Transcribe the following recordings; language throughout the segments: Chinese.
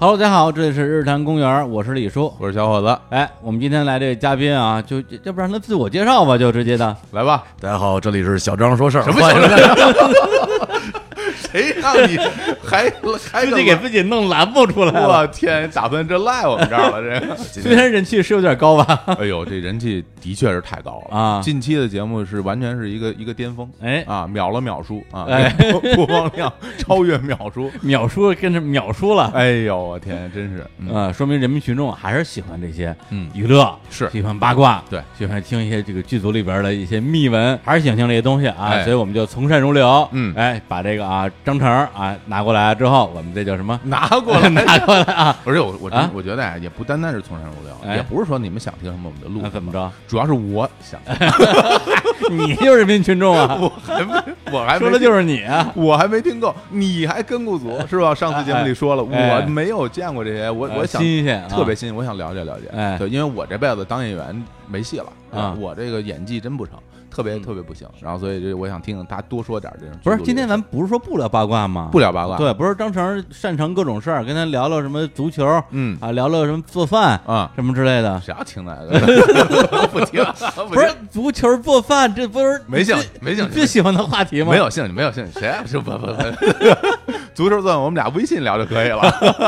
Hello，大家好，这里是日坛公园，我是李叔。我是小伙子，哎，我们今天来这嘉宾啊，就要不然他自我介绍吧，就直接的。来吧！大家好，这里是小张说事儿，什么欢迎大家谁让你还还自己给自己弄栏目出来了，我天，打算这赖我们这儿了？这个，虽然人气是有点高吧。 哎呦，这人气的确是太高了啊近期的节目是完全是一个一个巅峰，哎啊，秒了秒叔啊哎，播放量超越 秒叔，秒叔跟着秒叔了，哎呦，我天，真是，嗯呃，说明人民群众还是喜欢这些嗯娱乐，是喜欢八卦，对喜欢听一些这个剧组里边的一些秘闻，还是喜欢听这些东西啊。哎所以我们就从善如流，嗯哎，把这个啊张成啊拿过来之后，我们这叫什么？拿过来。 拿过来啊，而且我我真啊我觉得啊，也不单单是从善如流，哎也不是说你们想听什么我们就录那什怎么着？ 主要是我想 听， 你就是人民群众啊，我还没我还没说的就是你啊。我还没听够，你还跟不足是吧？上次节目里说了，哎我没有见过这些，我呃我想新鲜啊特别新，我想了解了解。哎对，因为我这辈子当演员没戏了啊我这个演技真不成，特别嗯特别不行。然后所以这我想听听他多说点这种剧不组里的事儿。是，今天咱不是说不聊八卦吗？不聊八卦，，对，不是张成擅长各种事儿，跟他聊聊什么足球啊，嗯聊聊什么做饭啊，什么之类的。谁要听那个？啊 不听，不不听是足球做饭，这不是没兴趣你没兴趣你最喜欢的话题吗？没，有兴趣，没有兴趣，谁啊是不不不， 足球钻我们俩微信聊就可以了。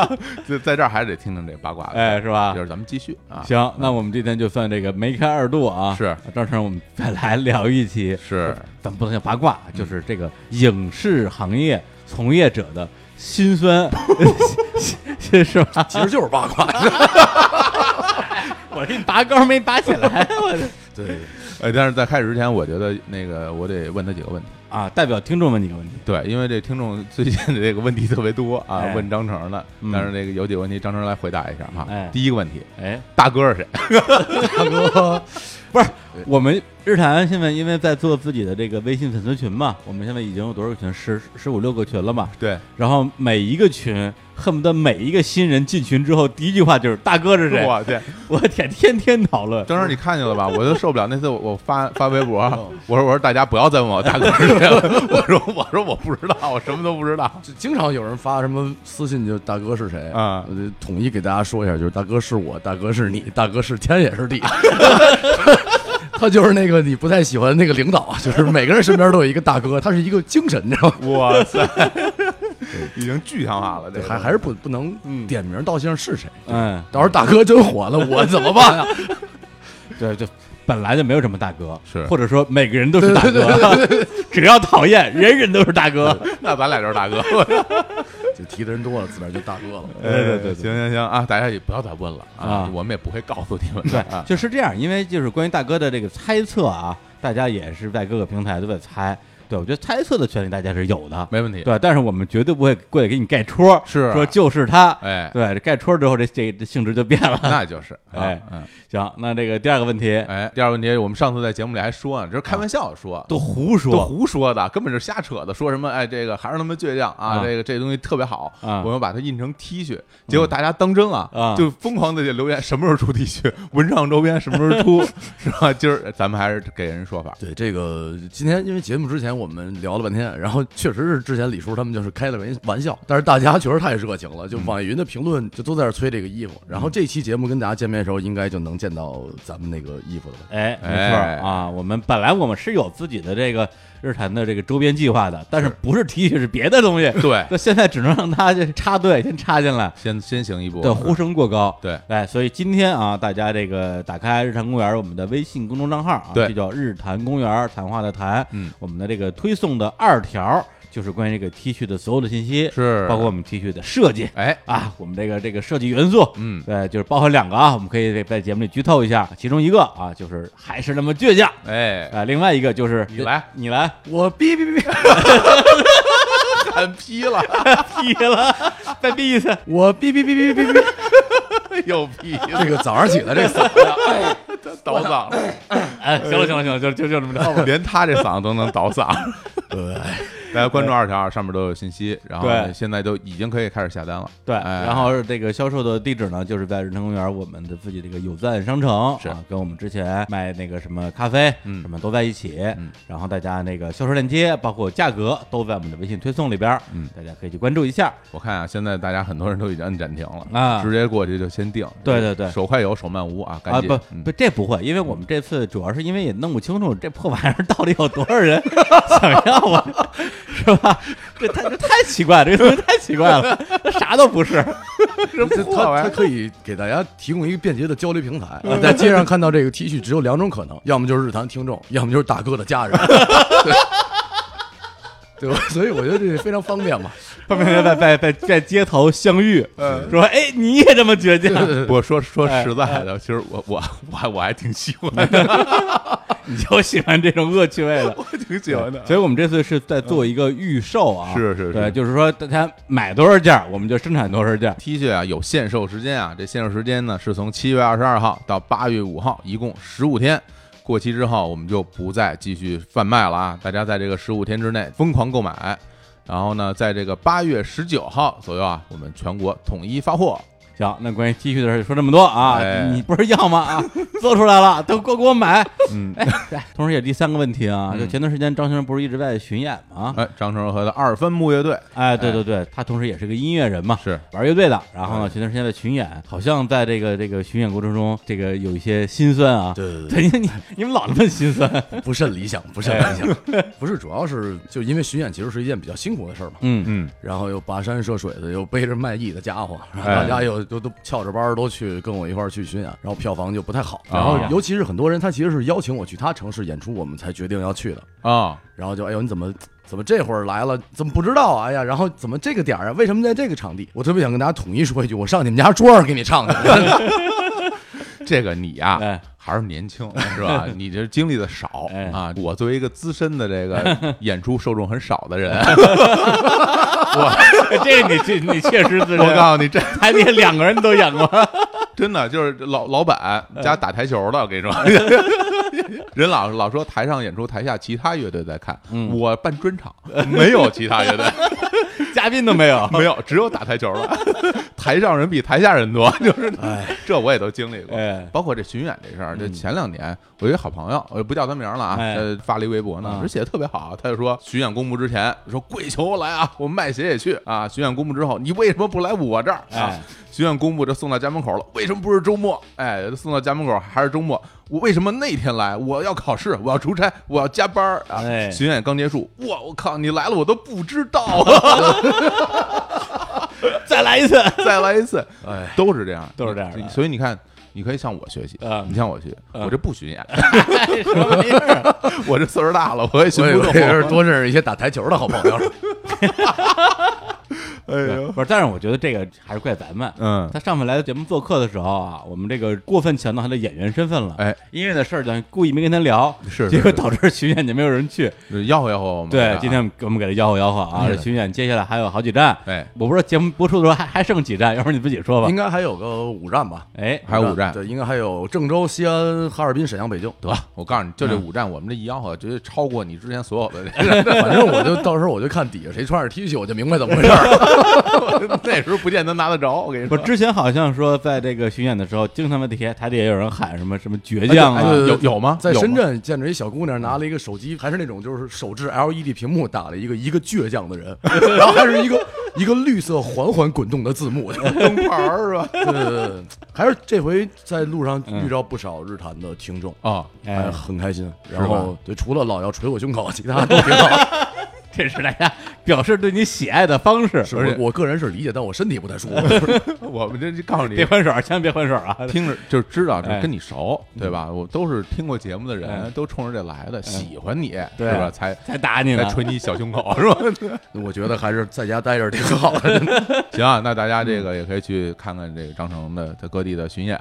在在这儿还是得听听这八卦的，哎，是吧就？是咱们继续啊，行，那我们今天就算这个梅开二度啊。是张成，我们再来聊一期， 是咱不能叫八卦，啊就是这个影视行业从业者的辛酸， 是是吧？其实就是八卦。 我这拔高没拔起来，我这对， 哎，但是在开始之前，我觉得那个我得问他几个问题。 啊，代表听众问几个问题。对，因为这听众最近的这个问题特别多啊，哎问张成的嗯，但是那个有几个问题，张成来回答一下哈。哎第一个问题，哎，大哥是谁？ 大哥， 不是，我们日坛现在因为在做自己的这个微信粉丝群嘛，我们现在已经有多少个群？十十五六个群了嘛。对，然后每一个群，恨不得每一个新人进群之后，第一句话就是“大哥是谁 我天，？”我天，天天讨论。张成你看见了吧？我就受不了那次我我发发微博，嗯我说我说大家不要再问我大哥是谁了， 我说我说我不知道，我什么都不 知道。就经常有人发什么私信，就大哥是谁啊我就统一给大家说一下，就是大哥是我，大哥是你，大哥是天也是地。 他就是那个你不太喜欢那个领导，啊 就是每个人身边都有一个大哥，他是一个精神，你知道吗？哇塞，已经具象化了，这对，个还还是不不能点名道姓是谁。嗯，到时候大哥真火了，我怎么办啊？ 对对，本来就没有什么大哥，是或者说每个人都是大哥， 只要讨厌，人人都是大哥。那咱俩就是大哥。就提的人多了，自然就大哥了。对对对对哎行行行啊，大家也不要再问了啊我们也不会告诉你们的对啊，。就是这样，因为就是关于大哥的这个猜测啊，大家也是在各个平台都在猜。对，我觉得猜测的权利大家是有的，没问题。对，但是我们绝对不会过来给你盖戳，是啊说就是他。哎，对，这盖戳之后，这这这性质就变了。 那就是，啊哎嗯，行，那这个第二个问题哎，第二个问题，我们上次在节目里还说呢，就是开玩笑说，都胡都啊说，胡说的，根本就是瞎扯的，说什么哎，这个还是他妈倔强啊啊，这个这东西特别好，啊我们把它印成 T 恤，结果大家当真啊了，就疯狂的留言，什么时候出 T 恤，文创周边什么时 候出，是吧？今儿咱们还是给人说法，对这个，今天因为节目之前我们聊了半天，然后确实是之前李叔他们就是开了玩玩笑，但是大家确实太热情了，就网易云的评论就都在这儿催这个衣服。然后这期节目跟大家见面的时候，应该就能见到咱们那个衣服了吧？哎，没错哎啊。我们本来我们是有自己的这个日坛的这个周边计划的，但是不是 T 恤是别的东西。对，那现在只能让他就插队，先插进来。先先行一步，对，呼声过高。对哎，所以今天啊，大家这个打开日坛公园我们的微信公众账号啊，对这叫日坛公园，谈话的谈。嗯，我们的这个推送的二条就是关于这个 T 恤的所有的信息，是包括我们 T 恤的设计。哎，啊，我们这个这个设计元素，嗯对，就是包含两个啊，我们可以在节目里剧透一下，其中一个啊就是还是那么倔强，哎，啊，另外一个就是你来，你来我哔哔哔，喊劈了， 劈了， 再逼一次，我哔哔哔哔哔哔。又劈了，这个早上起来这嗓子，倒嗓子，哦哎，行了行了行了，就就就这么着吧， 连他这嗓子都能倒嗓，对，大家关注二条二，上面都有信息。然后对现在都已经可以开始下单了。对，哎然后这个销售的地址呢，就是在人成公园我们的自己这个有赞商城，是啊，跟我们之前卖那个什么咖啡，嗯什么都在一起。嗯然后大家那个销售链接，包括价格，都在我们的微信推送里边，嗯，大家可以去关注一下。我看啊，现在大家很多人都已经按暂停了啊直接过去就先定。对对对手快有，手慢无啊，赶啊紧。不嗯不，这不会，因为我们这次主要是因为也弄不清楚这破玩意儿到底有多少 人想要啊，是吧？这太这太奇怪了，这个东西太奇怪了，这啥都不 是。这破玩意儿他他可以给大家提供一个便捷的交流平台。啊在街上看到这个 T 恤，只有两种可能，要么就是日坛听众，要么就是大哥的家人。 对对吧？所以我觉得这非常方便嘛。他们在在在在街头相遇，嗯说：“哎，你也这么倔强， 不过说说哎实在的，其实我我我还我还挺喜 欢的，你就喜欢这种恶趣味的。” 我挺喜欢的。嗯所以我们这次是在做一个预售啊，是是是对，就是说大家买多少件儿，我们就生产多少件儿。 T 恤啊，有限售时间啊，这限售时间呢是从七月二十二号到八月五号，一共十五天。过期之后，我们就不再继续贩卖了啊！大家在这个十五天之内疯狂购买，然后呢，在这个八月十九号左右啊，我们全国统一发货。行，那关于 T 恤的事儿就说这么多啊，哎你不是要吗？啊， 做出来了，都给我给我买。嗯， 哎，哎同时也第三个问题啊，就前段时间张先生不是一直在巡演吗？哎，张成和的二分木乐队哎，对对对，他同时也是个音乐人嘛，是哎玩乐队的。然后呢，前段时间在巡演，好像在这个这个巡演过程中，这个有一些心酸啊。对对对对，你你你们老那么心 酸， 不甚理想，不甚理想，不是，主要是就因为巡演其实是一件比较辛苦的事儿嘛，嗯嗯，嗯，然后又跋山涉水的，又背着卖艺的家伙，然后哎大家又都都翘着班儿都去跟我一块儿去巡演，然后票房就不太好，啊然后尤其是很多人他其实是邀请我去他城市演出，我们才决定要去的，啊，然后就哎呦你怎么怎么这会儿来了，怎么不知道啊？哎呀，然后怎么这个点儿啊？为什么在这个场地？我特别想跟大家统一说一句，我上你们家桌上给你 唱去，这个你呀、哎还是年轻是 吧？你这经历的少哎啊！我作为一个资深的 这个演出受众很少的人，我这个你确你确实自认，啊我告诉你，这还连两个人都演过， 真的就是老老板家打台球的，我跟 你说，人老老说台上演出，台下其他乐队在看，我办专场没有其他 乐队，嘉宾都没有。 没有，只有打台球 的，台上人比台下人多， 就是这我也都经历过哎，包括这巡演这事儿，这前两年我有一好朋友，我不叫他名了啊，哎呃，发了一微博呢，嗯这写的特别好，啊他就说巡演公布之前说跪求我来啊，我卖鞋也去啊，巡演公布之后你为什么不来我这儿啊哎？巡演公布这送到家门口了，为什么不是周末？哎，送到家门口还是周末？我为什么那天来？我要考试，我要出差，我要加班儿啊！哎巡演刚结束，哇，我靠，你来了我都不知道啊！ 再来一次，再来一次，哎，都是这样，都是这样的所以你看，你可以向我学习嗯，你向我学，嗯我这不巡演，什么玩意儿？ 啊我这岁数大了，我也巡所以不我也是 动。多认识一些打台球的好朋友了。哎对，不是，但是我觉得这个还是怪咱们。嗯他上次来节目做客的时候啊，我们这个过分强调他的演员身份了。哎，音乐的事儿呢，故意没跟他聊，是是结果是导致巡演就没有人去。吆喝吆喝我们对啊，今天我们我们给他吆喝吆喝啊，是这的巡演接下来还有好几站。哎，我不知道节目播出的时候还还剩几站，要不然你自己说吧应。该还有个五站吧？哎，还有五站，对，应该还有郑州、西安、哈尔滨、沈阳、北京。得，我告诉你，就这五站，我们这一吆喝，绝对超过你之前所有的这反正我就到时候我就看底下谁穿着 T 恤，我就明白怎么回事啊儿了。个， 那时候不见得拿得着。我跟你不说是，，之前好像说在这个巡演的时候，经常在底下台底下有人喊什么什么倔强哎对啊对，有有吗？在有吗深，圳见着一小姑娘拿了一个手机，还是那种就是手制 LED 屏幕打了一个一个倔强的人， 然后还是一个一个绿色缓缓滚动的 字幕。灯牌儿是吧？对对对对，还是这回在路上嗯遇到不少日坛的听众。啊，哎，哎，很开心。然后对，除了老要捶我胸口，其他都 挺好。这是大家表示对你喜爱的方式。是而且我我个人是理解，但我身体不太舒服。 我们这就告诉你别，换手，千万别换手啊！听着就是知道，就是哎跟你熟，对吧？我都是听过节目的人，哎都冲着这来的，喜欢你，是对吧？才才打你才呢，捶你小胸口，是吧？我觉得还是在家待着挺好的。行啊，那大家这个也可以去看看这个张成的他各地的巡演，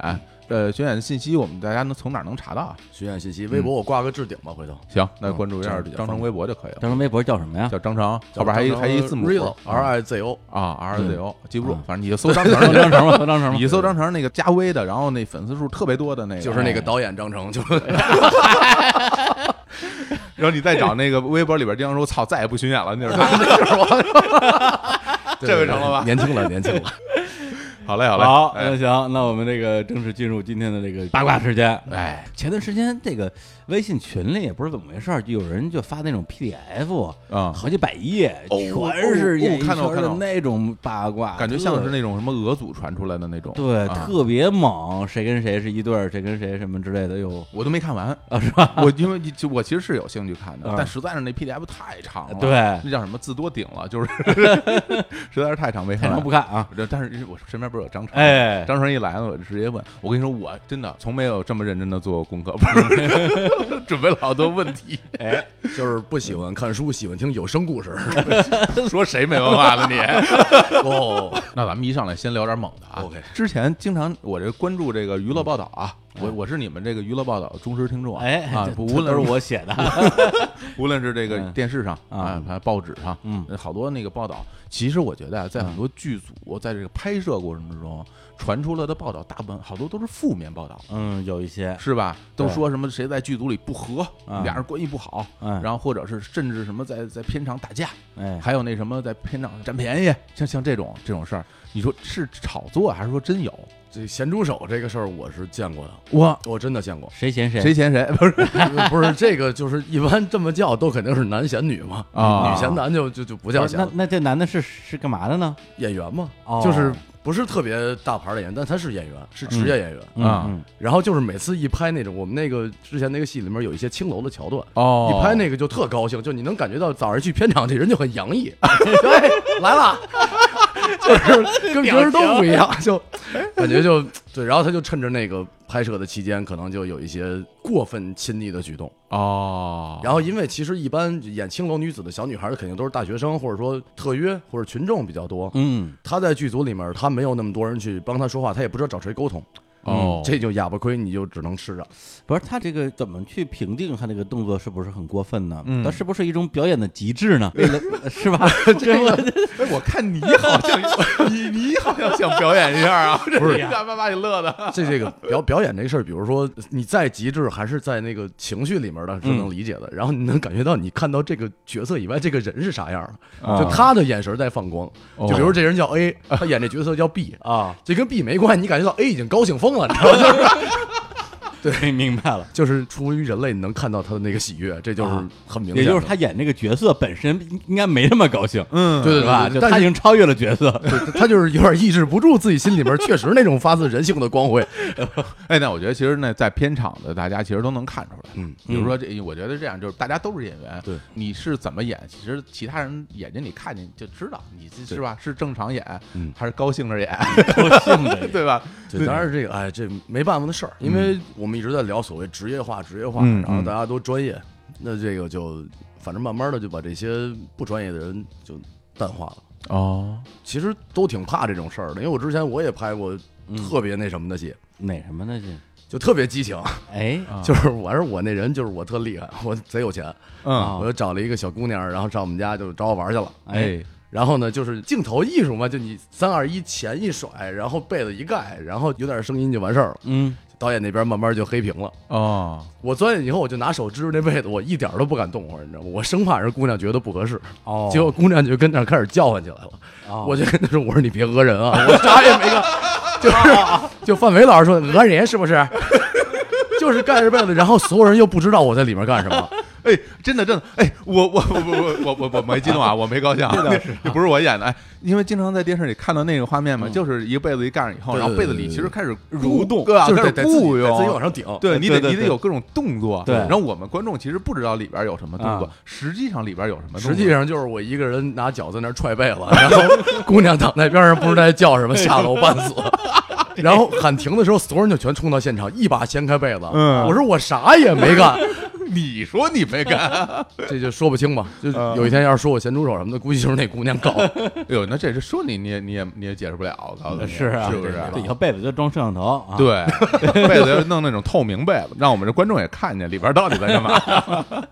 呃，巡演的信息我们大家能从哪儿能查到啊？巡演信息，微博我挂个置顶吧，回头。行，那关注一这下样比较张方成便微博就可以了，当时微博叫什么呀？叫张成，后边还一还一字母 Rizzo 啊 R I Z O，啊 R Z O，记不住嗯，反正你就搜张成搜就张行，成吧， 搜张成吧。你搜张成那个加微的，然后哎那粉丝数特别多的那个，就是那个导演张成，就然后你再找那个微博里边经常说“操，再也不巡演了”，那是 他。就是我，这回成了吧年轻了，年轻 了，好嘞，好嘞，好，嗯哎那行，那我们这个正式进入今天的这个八卦时间。哎，前段时间这个微信群里也不知道怎么回事儿，就有人就发那种 PDF 啊好几百页，哦全是演艺哦看到圈看的到那种八卦，感觉像特是那种什么俄组传出来的那种，对，啊特别猛，谁跟谁是一对儿，谁跟谁什么之类的，哟，我都没看完，啊，是吧？我因为就我其实是有兴趣看的嗯，但实在是那 PDF 太长了，对那叫什么字多顶了，就是 实在是太长没太看长 完。不看啊，这但是我身边不是有张成？哎张成一来了，我就直接问，我跟你说，我真的从没有这么认真的做过功课，不 是 准备了好多问题，就是不喜欢看书，喜欢听有 声故事。 说谁没文化了 你？哦，那咱们一上来先聊点猛的啊。 OK 之前经常我这关注这个娱乐报道啊，我我是你们这个娱乐报道忠实听众啊，嗯哎，啊这，不这无论都是我写的，无论是这个嗯电视上啊啊，还有报纸上，嗯，好多那个报道。其实我觉得啊，在很多剧组在这个拍摄过程之中啊传出来的报道，大部分好多都是负面报道，嗯，有一些，是吧？都对说什么谁在剧组里不和，啊俩人关系不好，嗯，然后或者是甚至什么在在片场打架，哎，还有那什么在片场占便宜，像像这种这种事儿，你说是炒作还是说真有？这咸猪手这个事儿我是见过的，哇，我真的见过。呃谁嫌谁？谁嫌谁？不是不是这个，就是一般这么叫都肯定是男嫌女嘛，啊女嫌男就就就不不叫是嫌那了那这男的是是干嘛的呢？演员嘛哦，就是不是特别大牌的演员，但他是演员，是职业演员。嗯啊嗯然后就是每次一拍那种我们那个之前那个戏里面有一些青楼的桥段，哦一拍那个就特高兴，就你能感觉到早上去片场这人就很洋 溢，哎来了，就是跟平时都不一样，就感觉就对。然后他就趁着那个拍摄的期间，可能就有一些过分亲昵的举动。哦，然后因为其实一般演青楼女子的小女孩儿肯定都是大学生或者说特约或者群众比较多。嗯，她在剧组里面，她没有那么多人去帮她说话，她也不知道找谁沟通，哦，这就哑巴亏，你就只能吃着。啊不是他这个怎么去评定他这个动作是不是很过分呢？嗯他是不是一种表演的极致呢？为了 是吧？这个哎，我看你好像 你你好像想表演一下啊，这不是你干嘛把你乐的？这这个表表演这事儿，比如说你再极致，还是在那个情绪里面的，是嗯能理解的。然后你能感觉到，你看到这个角色以外，这个人是啥样啊的，就他的眼神在放光。哦就比如这人叫 A，他演这角色叫 B，啊，这跟 B 没关系，你感觉到 A 已经高兴疯了，你知道吗？ 就是对， 明白了。就是出于人类能看到他的那个喜悦，这就是啊很明显的。也就是他演这个角色本身应该没那么高兴，嗯对对是吧？对就对但他已经是 超越了角 色，对他就是有点抑制不住自己心里面确实那种发自人性的光辉。哎，那我觉得其实呢，在片场的大家其实都能看出来。嗯，比如说这，我觉得这样就是大家都是演员，对，你是怎么演，其实其他人眼睛里看见就知道你这是吧？是正常演嗯还是高兴着演，高兴的 对吧？对，当然这个哎，这没办法的事儿，因为我们一直在聊所谓职业化，职业化，嗯然后大家都专业，那这个就反正慢慢的就把这些不专业的人就淡化了。哦，其实都挺怕这种事儿的，因为我之前我也拍过嗯特别那什么的戏，哪什么呢？这就特别激情，哎啊就是我是我那人就是我特厉害，我贼有钱，嗯，啊我就找了一个小姑娘，然后上我们家就找我玩去了。哎，哎，然后呢，就是镜头艺术嘛，就你三二一前一甩，然后被子一盖，然后有点声音就完事儿了。嗯，导演那边慢慢就黑屏了。哦，我钻进去以后，我就拿手支着那被子，我一点儿都不敢动会儿，你知道吗？我生怕人姑娘觉得不合适。哦，结果姑娘就跟那儿开始叫唤起来了，哦我就跟她说：“我说你别讹 人啊，我啥也没干。”就是就范伟老师说讹人是不是？ 就是盖着被子，然后所有人又不知道我在里面干什么。哎，真的真的，哎，我我我我我我我没激动啊，我没高兴、啊，这不是我演的，哎，因为经常在电视里看到那个画面嘛，就是一个被子一盖上以后，对然后被子对里对其实开始蠕动对啊，就是开始得得自己雇得自己佣往。上顶。对你得对对你得对有各种动作，对然后我们观众其实不知道里边有什么动作啊，实际上里边有什么动作，实际上就是我一个人拿脚在那儿踹被子，然后 姑娘躺在边上不知道在叫什么，吓得我半死。然后喊停的时候，所有人就全冲到现场，一把掀开被子。嗯我说我啥也没干，你说你没干，这就说不清吧。就有一天要是说我咸猪手什么的，估计就是那姑娘搞的。哎呦，那这是说你你也你也你也解释不了，我告诉你，是啊，是不是？这以后被子就装摄像头啊，对，被子要弄那种透明被子，让我们这观众也看见里边到底在干嘛。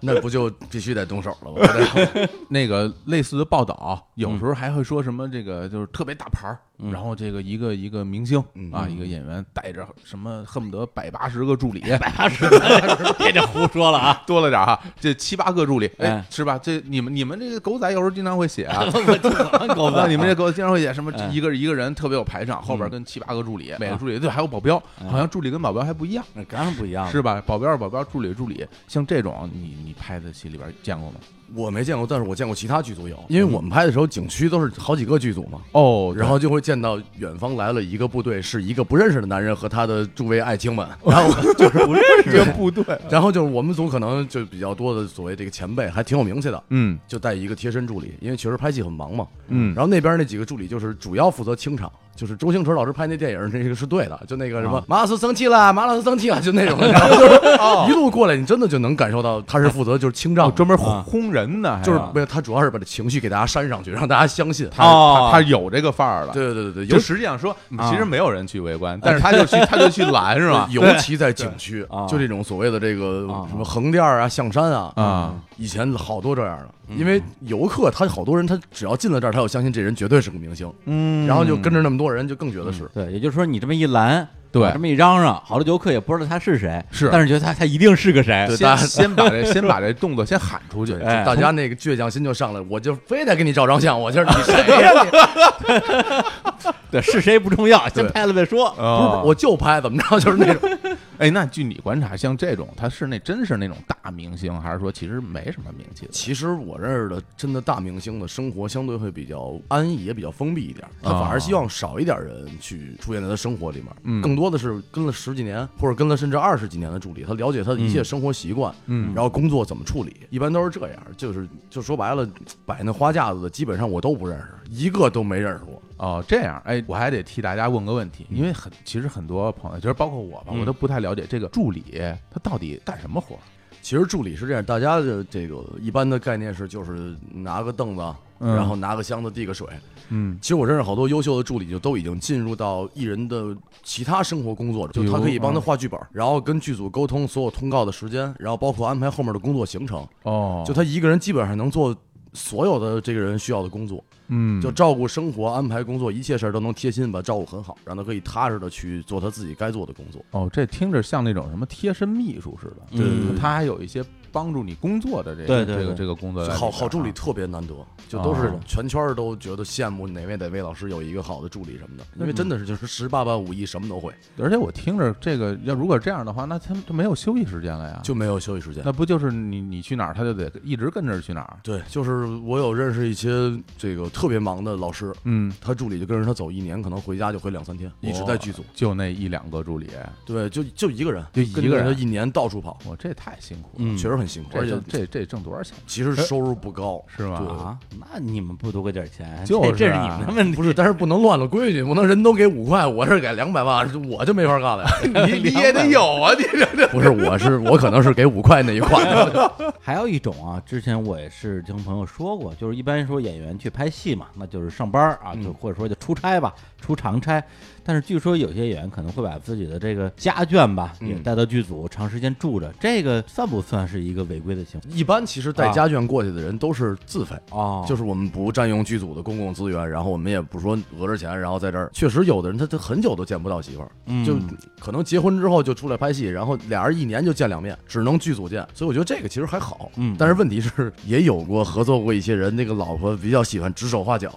那不就必须得动手了吗我得？那个类似的报道，有时候还会说什么这个就是特别大牌儿，嗯然后这个一个一个明星嗯啊，一个演员带着什么恨不得百八十个助理，八十， 别这胡说了啊！多了点儿哈，这七八个助理，哎哎，是吧？这你们你们这个狗仔有时候经常会写啊，我这 怎么狗我告子？诉你们这狗经常会写什么哎一个一个人特别有排场，后边跟七八个助理，每个助理对还有保镖，嗯好像助理跟保镖还不一样， 那当然不一样了，是吧？保镖是保镖，助理是助理，像这种你你拍的戏里边见过吗？我没见过，但是我见过其他剧组有，因为我们拍的时候景区都是好几个剧组嘛，哦然后后就会见到远方来了一个部队，是一个不认识的男人和他的诸位爱卿们，然后 就是不认这个部队，然后就是我们组可能就比较多的所谓这个前辈还挺有名气的，嗯就带一个贴身助理，因为确实拍戏很忙嘛。嗯，然后那边那几个助理就是主要负责清场，就是周星驰老师拍那电影那个是对的，就那个什啊么马老师生气了，马老师生气了，就那 种，然后就是一路过来，你真的就能感受到他是负责就是清账哦，，专门哎啊轰人呢，还啊就是为了他主要是把这情绪给大家煽上去，让大家相信。他哦他他有这个范儿了。对对对对，就尤实际上说，啊其实没有人去围观，但是他就去他就去拦是吧？尤其在景区对啊，就这种所谓的这个啊什么横店啊、象山啊，啊，以前好多这样的，嗯因为游客他好多人，他只要进了这儿，他就相信这人绝对是个明星，嗯然后就跟着那么多人，就更觉得是。对，也就是说你这么一拦，啊对这么一嚷嚷，好多游客也不知道他是谁，是但是觉得他他一定是个谁，对先大家先把这先把这动作先喊出去，哎大家那个倔强心就上来，我就非得给你照张相，我就是 你谁呀你？对，是谁不重要，先对拍了再说。不是哦我就拍怎么着，就是那种。哎，那据你观察，像这种他是那真是那种大明星，还是说其实没什么名气的？其实我认识的真的大明星的生活相对会比较安逸，也比较封闭一点，他反而希望少一点人去出现在他生活里面，啊嗯更多的是跟了十几年或者跟了甚至二十几年的助理，他了解他的一切生活习惯，嗯然后工作怎么处理，一般都是这样，就是就说白了，摆那花架子的基本上我都不认识，一个都没认识过。哦，这样，哎，我还得替大家问个问题，因为很其实很多朋友，就是包括我吧，嗯我都不太了解这个助理他到底干什么活儿。其实助理是这样，大家的这个一般的概念是，就是拿个凳子，嗯然后拿个箱子递个水。嗯，其实我认识好多优秀的助理，就都已经进入到艺人的其他生活工作者，比就如嗯他可以帮他画剧本，然后跟剧组沟通所有通告的时间，然后包括安排后面的工作行程。哦，就他一个人基本上能做所有的这个人需要的工作，嗯，就照顾生活、安排工作，一切事儿都能贴心把照顾很好，让他可以踏实的去做他自己该做的工作。哦，这听着像那种什么贴身秘书似的，嗯就是他还有一些帮助你工作的这个对对这个对这个工作在里边好儿好助理啊。特别难得，就都是哦全圈儿都觉得羡慕哪位哪位老师有一个好的助理什么的，嗯因为真的是就是十八般武艺什么都会，而且我听着这个，要如果这样的话，那他他没有休息时间了呀，就没有休息时间。那不就是你你去哪儿，他就得一直跟着去哪儿。对，就是我有认识一些这个特别忙的老师，嗯，他助理就跟着他走一年，可能回家就回两三天，一直在剧组哇。，就那一两个助理，对，就就一个人，就一个人跟着他一年到处跑，我这太辛苦了，嗯，确实很辛苦，这而且挣这这挣多少钱？其实收入不高，是吗对啊，那你们不多给点钱，就是啊这这是你们的问题，不是，但是不能乱了规矩，不能人都给五块，我这儿给两百万，我就没法干了呀。 你你也得有啊，你这这不是，我是我可能是给五块那一块，还有一种啊，之前我也是听朋友说过，就是一般说演员去拍戏嘛，那就是上班儿啊，就或者说就出差吧，出长差。但是据说有些演员可能会把自己的这个家眷吧，也带到剧组长时间住着，这个算不算是一个违规的行为？ 一般其实带家眷过去的人都是自费。哦就是是我们不占用剧组的公共资源，然后我们也不说讹着钱，然后在这儿确实有的人他他很久都见不到媳妇儿，就可能结婚之后就出来拍戏，然后俩人一年就见两面，只能剧组见，所以我觉得这个其实还好。嗯但是哦问题是也有过合作过一些人，那个老婆比较喜欢指手画脚，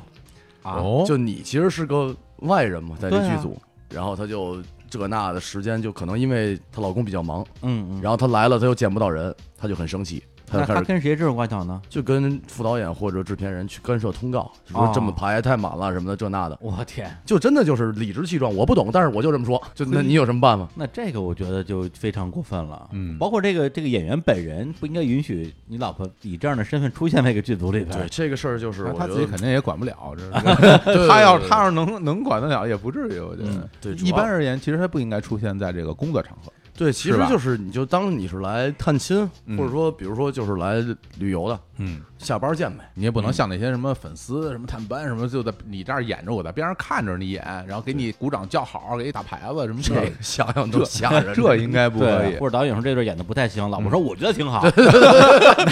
啊，哦，就你其实是个外人嘛，在这对啊剧组，然后他就这那的时间就可能因为她老公比较忙，嗯嗯，然后她来了她又见不到人，她就很生气，她那就他 开始跟谁指手画脚呢？就跟副导演或者制片人去干涉通告，就说哦这么排太满了什么的这那的，我天，就真的就是理直气壮，我不懂，但是我就这么说， 就那你有什么办法？那这个我觉得就非常过分了。嗯包括这个这个演员本人不应该允许你老婆以这样的身份出现在这个剧组里边。对，这个事儿就是他我他觉自己得肯定也管不了， 这 对对是他要对对他要是能能管得了，也不至于，我觉得嗯。对主要一般而言，其实他不应该出现在这个工作场合。对，其是实吧就是你就当你是来探亲，嗯或者说比如说就是来旅游的，嗯，下班见呗。你也不能像那些什么粉丝、什么探班、什么就在你这儿演着，我在边上看着你演，然后给你鼓掌叫好，给你打牌子什么这的。 想想都这啊 吓人，这应该不可对，以。或者导演说这段演的不太行，老婆嗯说我觉得挺好，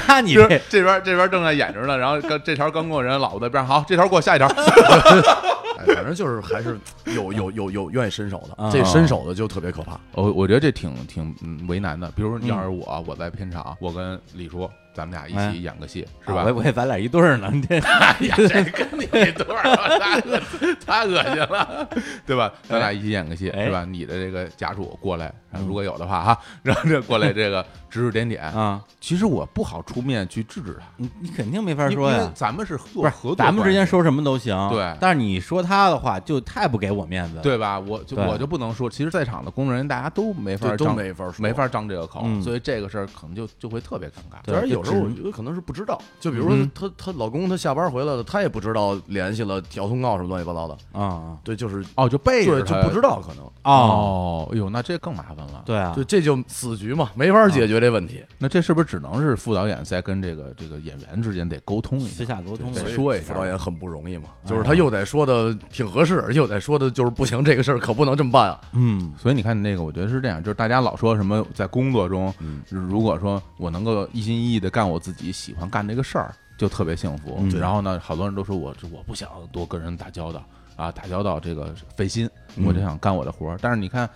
那你这这边这边正在演着呢，然后刚这条刚过人，老婆在边上，好，这条过下一条，哎反正就是还是有有有有愿意伸手啊的，这伸手的就特别可怕。 我我觉得这挺挺嗯为难的。比如说，要是我、我在片场，我跟李叔，咱们俩哎一起演个戏，是啊吧？我以为咱俩一对儿呢，你 这哎呀，谁跟你一对儿啊？ 太恶太恶心了，对吧？咱俩一起演个戏，哎嗯是吧？你的这个家属过来，啊如果有的话哈，然后这过来这个指指点点。啊，其实我不好出面去制止他，你你肯定没法因说因为呀。咱们是合不作是合作，咱们之间。说什么都行，对但是你说他的话就太不给我面子了。对吧？我就对我就不能说，其实，在场的工作人员大家都没法对都张没法说没法张这个口，嗯所以这个事儿可能就就会特别尴尬。对但是有时候就我只觉得可能是不知道，就比如说嗯她她老公她下班回来了，她也不知道联系了调通告什么乱七八糟的，啊对，就是哦，就背着对就他不知道可能，啊哦，哦，哎呦，那这更麻烦了。对啊，对，这就死局嘛，没法解决这问题。那这是不是只能是副导演在跟这个这个演员之间得沟通一私下？下沟通对了所以说一下副导演很不容易嘛，就是他又得说的挺合适，又得说的就是不行，这个事儿可不能这么办啊。 嗯所以你看，那个我觉得是这样，就是大家老说什么在工作中，嗯如果说我能够一心一意的干我自己喜欢干这个事儿，就特别幸福。嗯对然后呢，好多人都说我我不想多跟人打交道啊，打交道这个费心，嗯我就想干我的活儿。但是你看。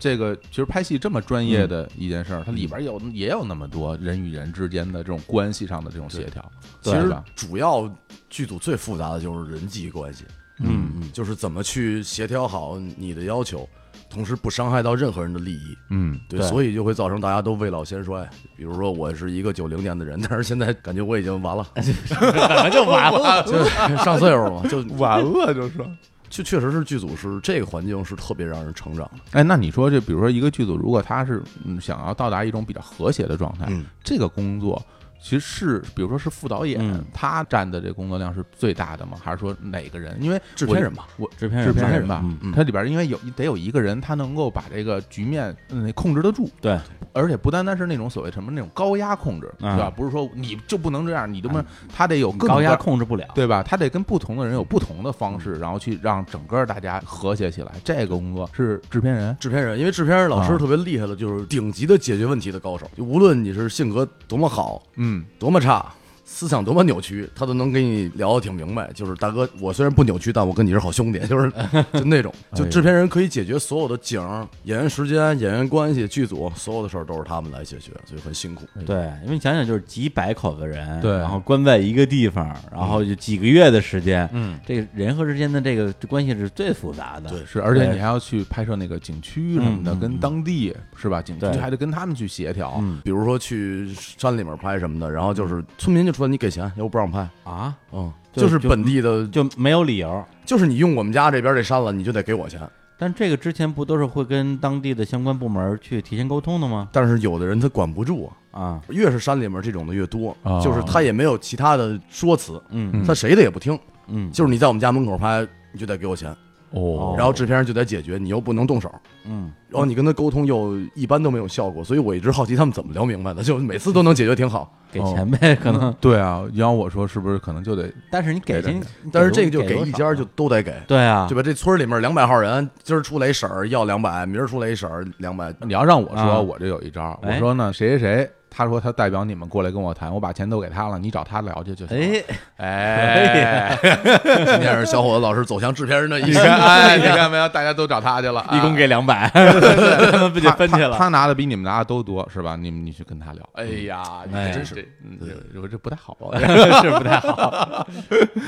这个其实拍戏这么专业的一件事嗯儿，它里边有也有那么多人与人之间的这种关系上的这种协调，其对是实吧主要剧组最复杂的就是人际关系，嗯嗯，就是怎么去协调好你的要求，同时不伤害到任何人的利益。嗯，对，对所以就会造成大家都未老先衰。比如说，我是一个九零年的人， 但是现在感觉我已经完了，可能就完了。就 上岁数了嘛， 就完了就说，就确实是剧组是这个环境是特别让人成长的。哎，那你说这，比如说一个剧组，如果他是嗯想要到达一种比较和谐的状态，嗯这个工作其实是，比如说是副导演、嗯他占的这工作量是最大的吗？还是说哪个人？因为制我片人吧，我 制片制人片人吧，嗯嗯他里边因为有得有一个人，他能够把这个局面嗯控制得住，对，而且不单单是那种所谓什么那种高压控制，嗯对吧？不是说你就不能这样，你就不能，他得有各种高各压样控制不了。对吧？他得跟不同的人有不同的方式，然后去让整个大家和谐起来。这个工作是制片人，制片人，因为制片人老师啊特别厉害的，就是顶级的解决问题的高手。就无论你是性格多么好，嗯，多么差，思想多么扭曲，他都能跟你聊得挺明白。就是大哥，我虽然不扭曲，但我跟你是好兄弟，就是就那 种。就制片人可以解决所有的景儿、演员时间、演员关系、剧组所有的事儿都是他们来解决，所以很辛苦。对，因为你想想，就是几百口子人，对然后关在一个地方，然后就几个月的时间，嗯，这个人和之间的这个关系是最复杂的，对是，而且对你还要去拍摄那个景区什么嗯的，嗯跟当地是吧？景区对还得跟他们去协调。嗯比如说去山里面拍什么的，然后就是村民就说你给钱，要不不让拍。啊，嗯，就就是就本地的，就没有理由。就是你用我们家这边这山了，你就得给我钱。但这个之前不都是会跟当地的相关部门去提前沟通的吗？但是有的人他管不住啊，啊，越是山里面这种的越多哦，就是他也没有其他的说辞，嗯他谁的也不听，嗯就是你在我们家门口拍，你就得给我钱，哦然后制片人就得解决，你又不能动手，嗯，然后你跟他沟通又一般都没有效果，所以我一直好奇他们怎么聊明白的，就每次都能解决挺好，给钱呗，可能。对啊，要我说是不是可能就得但是你给给钱的，你但是多这个就给给多一少家啊就都得给。对啊，对吧？这村里面两百号人，今儿出来一婶儿要两百，明儿出来一婶儿两百，你要让我啊说，我这有一招。我哎说呢，谁谁谁，他说他代表你们过来跟我谈，我把钱都给他了，你找他聊去就行了。哎，哎，今天是小伙子老师走向制片人的一你生。看，哎，你看没有？大家都找他去了， 一共啊给两百，他们不就他分去他了？他拿的比你们拿的都多，是吧？你们你去跟他聊。哎呀，你哎真是，嗯这这这不太好。 啊 是不太好。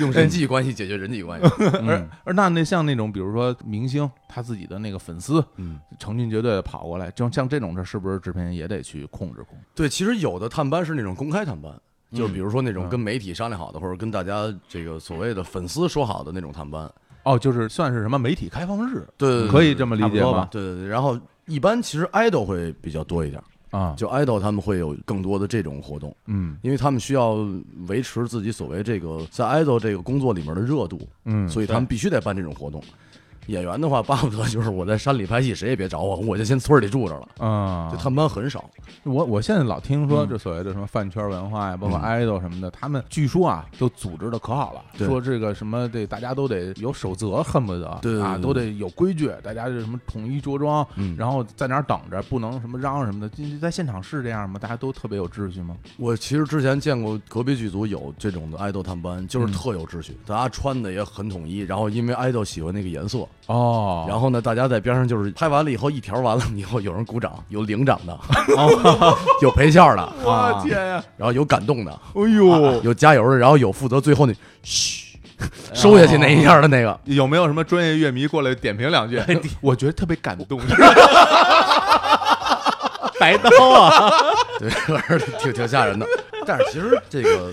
用人际关系解决人际关系，而嗯而那那像那种，比如说明星他自己的那个粉丝，嗯，成群结队的跑过来，就像这种事，是不是制片人也得去控制控制？对，其实有的探班是那种公开探班，嗯就是比如说那种跟媒体商量好的，或者跟大家这个所谓的粉丝说好的那种探班。哦，就是算是什么媒体开放日，对对对可以这么理解差不多吗吧？对对对，然后一般其实 idol 会比较多一点，啊，就 idol 他们会有更多的这种活动，嗯因为他们需要维持自己所谓这个在 idol 这个工作里面的热度，嗯，所以他们必须得办这种活动。演员的话，巴不得就是我在山里拍戏，谁也别找我，我就先村里住着了。啊就他们班很少，我我现在老听说，这所谓的什么饭圈文化呀，包括 idol 什么的，他们据说啊，都组织的可好了，对说这个什么得大家都得有守则，恨不得对对啊，对都得有规矩，大家是什么统一着装，嗯然后在哪儿等着，不能什么嚷嚷什么的。这在现场是这样吗？大家都特别有秩序吗？我其实之前见过隔壁剧组有这种的爱豆探班，就是嗯特有秩序，大家穿的也很统一。然后因为爱豆喜欢那个颜色，哦然后呢，大家在边上就是拍完了以后，一条完了以后，有人 鼓掌，有领掌的， 有陪笑的，啊后啊我哦天呀，然后有感动的，啊哎呦，有加油的，然后有负责最后那 嘘收下去那一下的那个。有没有什么专业乐迷过来点评两 句？哦我觉得特别感动。白刀啊，对， 挺挺吓人的。但是其实这个，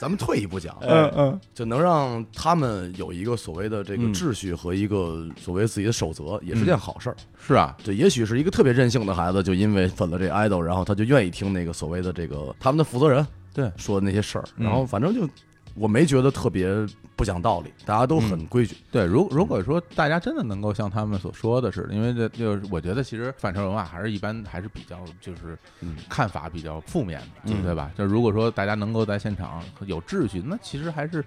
咱们退一步讲，嗯嗯，就能让他们有一个所谓的这个秩序和一个所谓自己的守则，也嗯是件好事儿。是啊，对，也许是一个特别任性的孩子，就因为粉了这 idol，然后他就愿意听那个所谓的这个他们的负责人对说的那些事儿，嗯然后反正就我没觉得特别不讲道理，大家都嗯很规矩。对，如如果说大家真的能够像他们所说的似的，因为这就是我觉得其实反社文啊化还是一般还是比较就是嗯看法比较负面的，对吧？就如果说大家能够在现场有秩序，那其实还是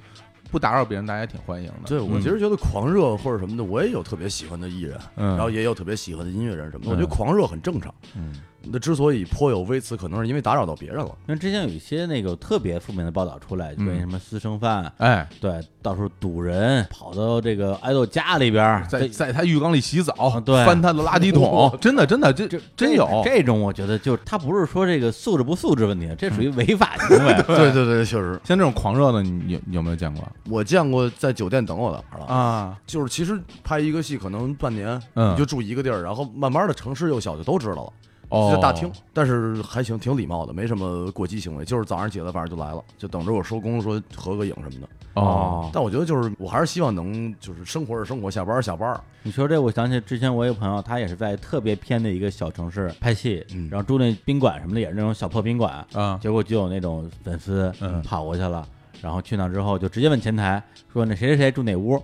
不打扰别人，大家也挺欢迎的。对，我其实觉得狂热或者什么的，我也有特别喜欢的艺人，嗯然后也有特别喜欢的音乐人什么的。我觉嗯得狂热很正常。嗯，那之所以颇有微词，可能是因为打扰到别人了。因为之前有一些那个特别负面的报道出来，就关于什么私生饭，哎，对，到处堵人，跑到这个爱豆家里边儿，在这在他浴缸里洗澡，啊对翻他的垃圾桶，真的真的这真有。这种，我觉得就他不是说这个素质不素质问题，这属于违法行为。对对对，确实，像这种狂热的，你你有你有没有见过我见过在酒店等我的玩儿了。啊？就是其实拍一个戏可能半年，嗯你就住一个地儿，然后慢慢的城市又小，就都知道了。哦，就大厅，但是还行，挺礼貌的，没什么过激行为。就是早上起来，反正就来了，就等着我收工，说合个影什么的。 哦，但我觉得就是，我还是希望能就是生活是生活，下班是下班。你说这，我想起之前我有朋友，他也是在特别偏的一个小城市拍戏，然后住那宾馆什么的，也是那种小破宾馆，嗯啊结果就有那种粉丝嗯跑过去了，然后去那之后就直接问前台说那谁谁谁住哪屋，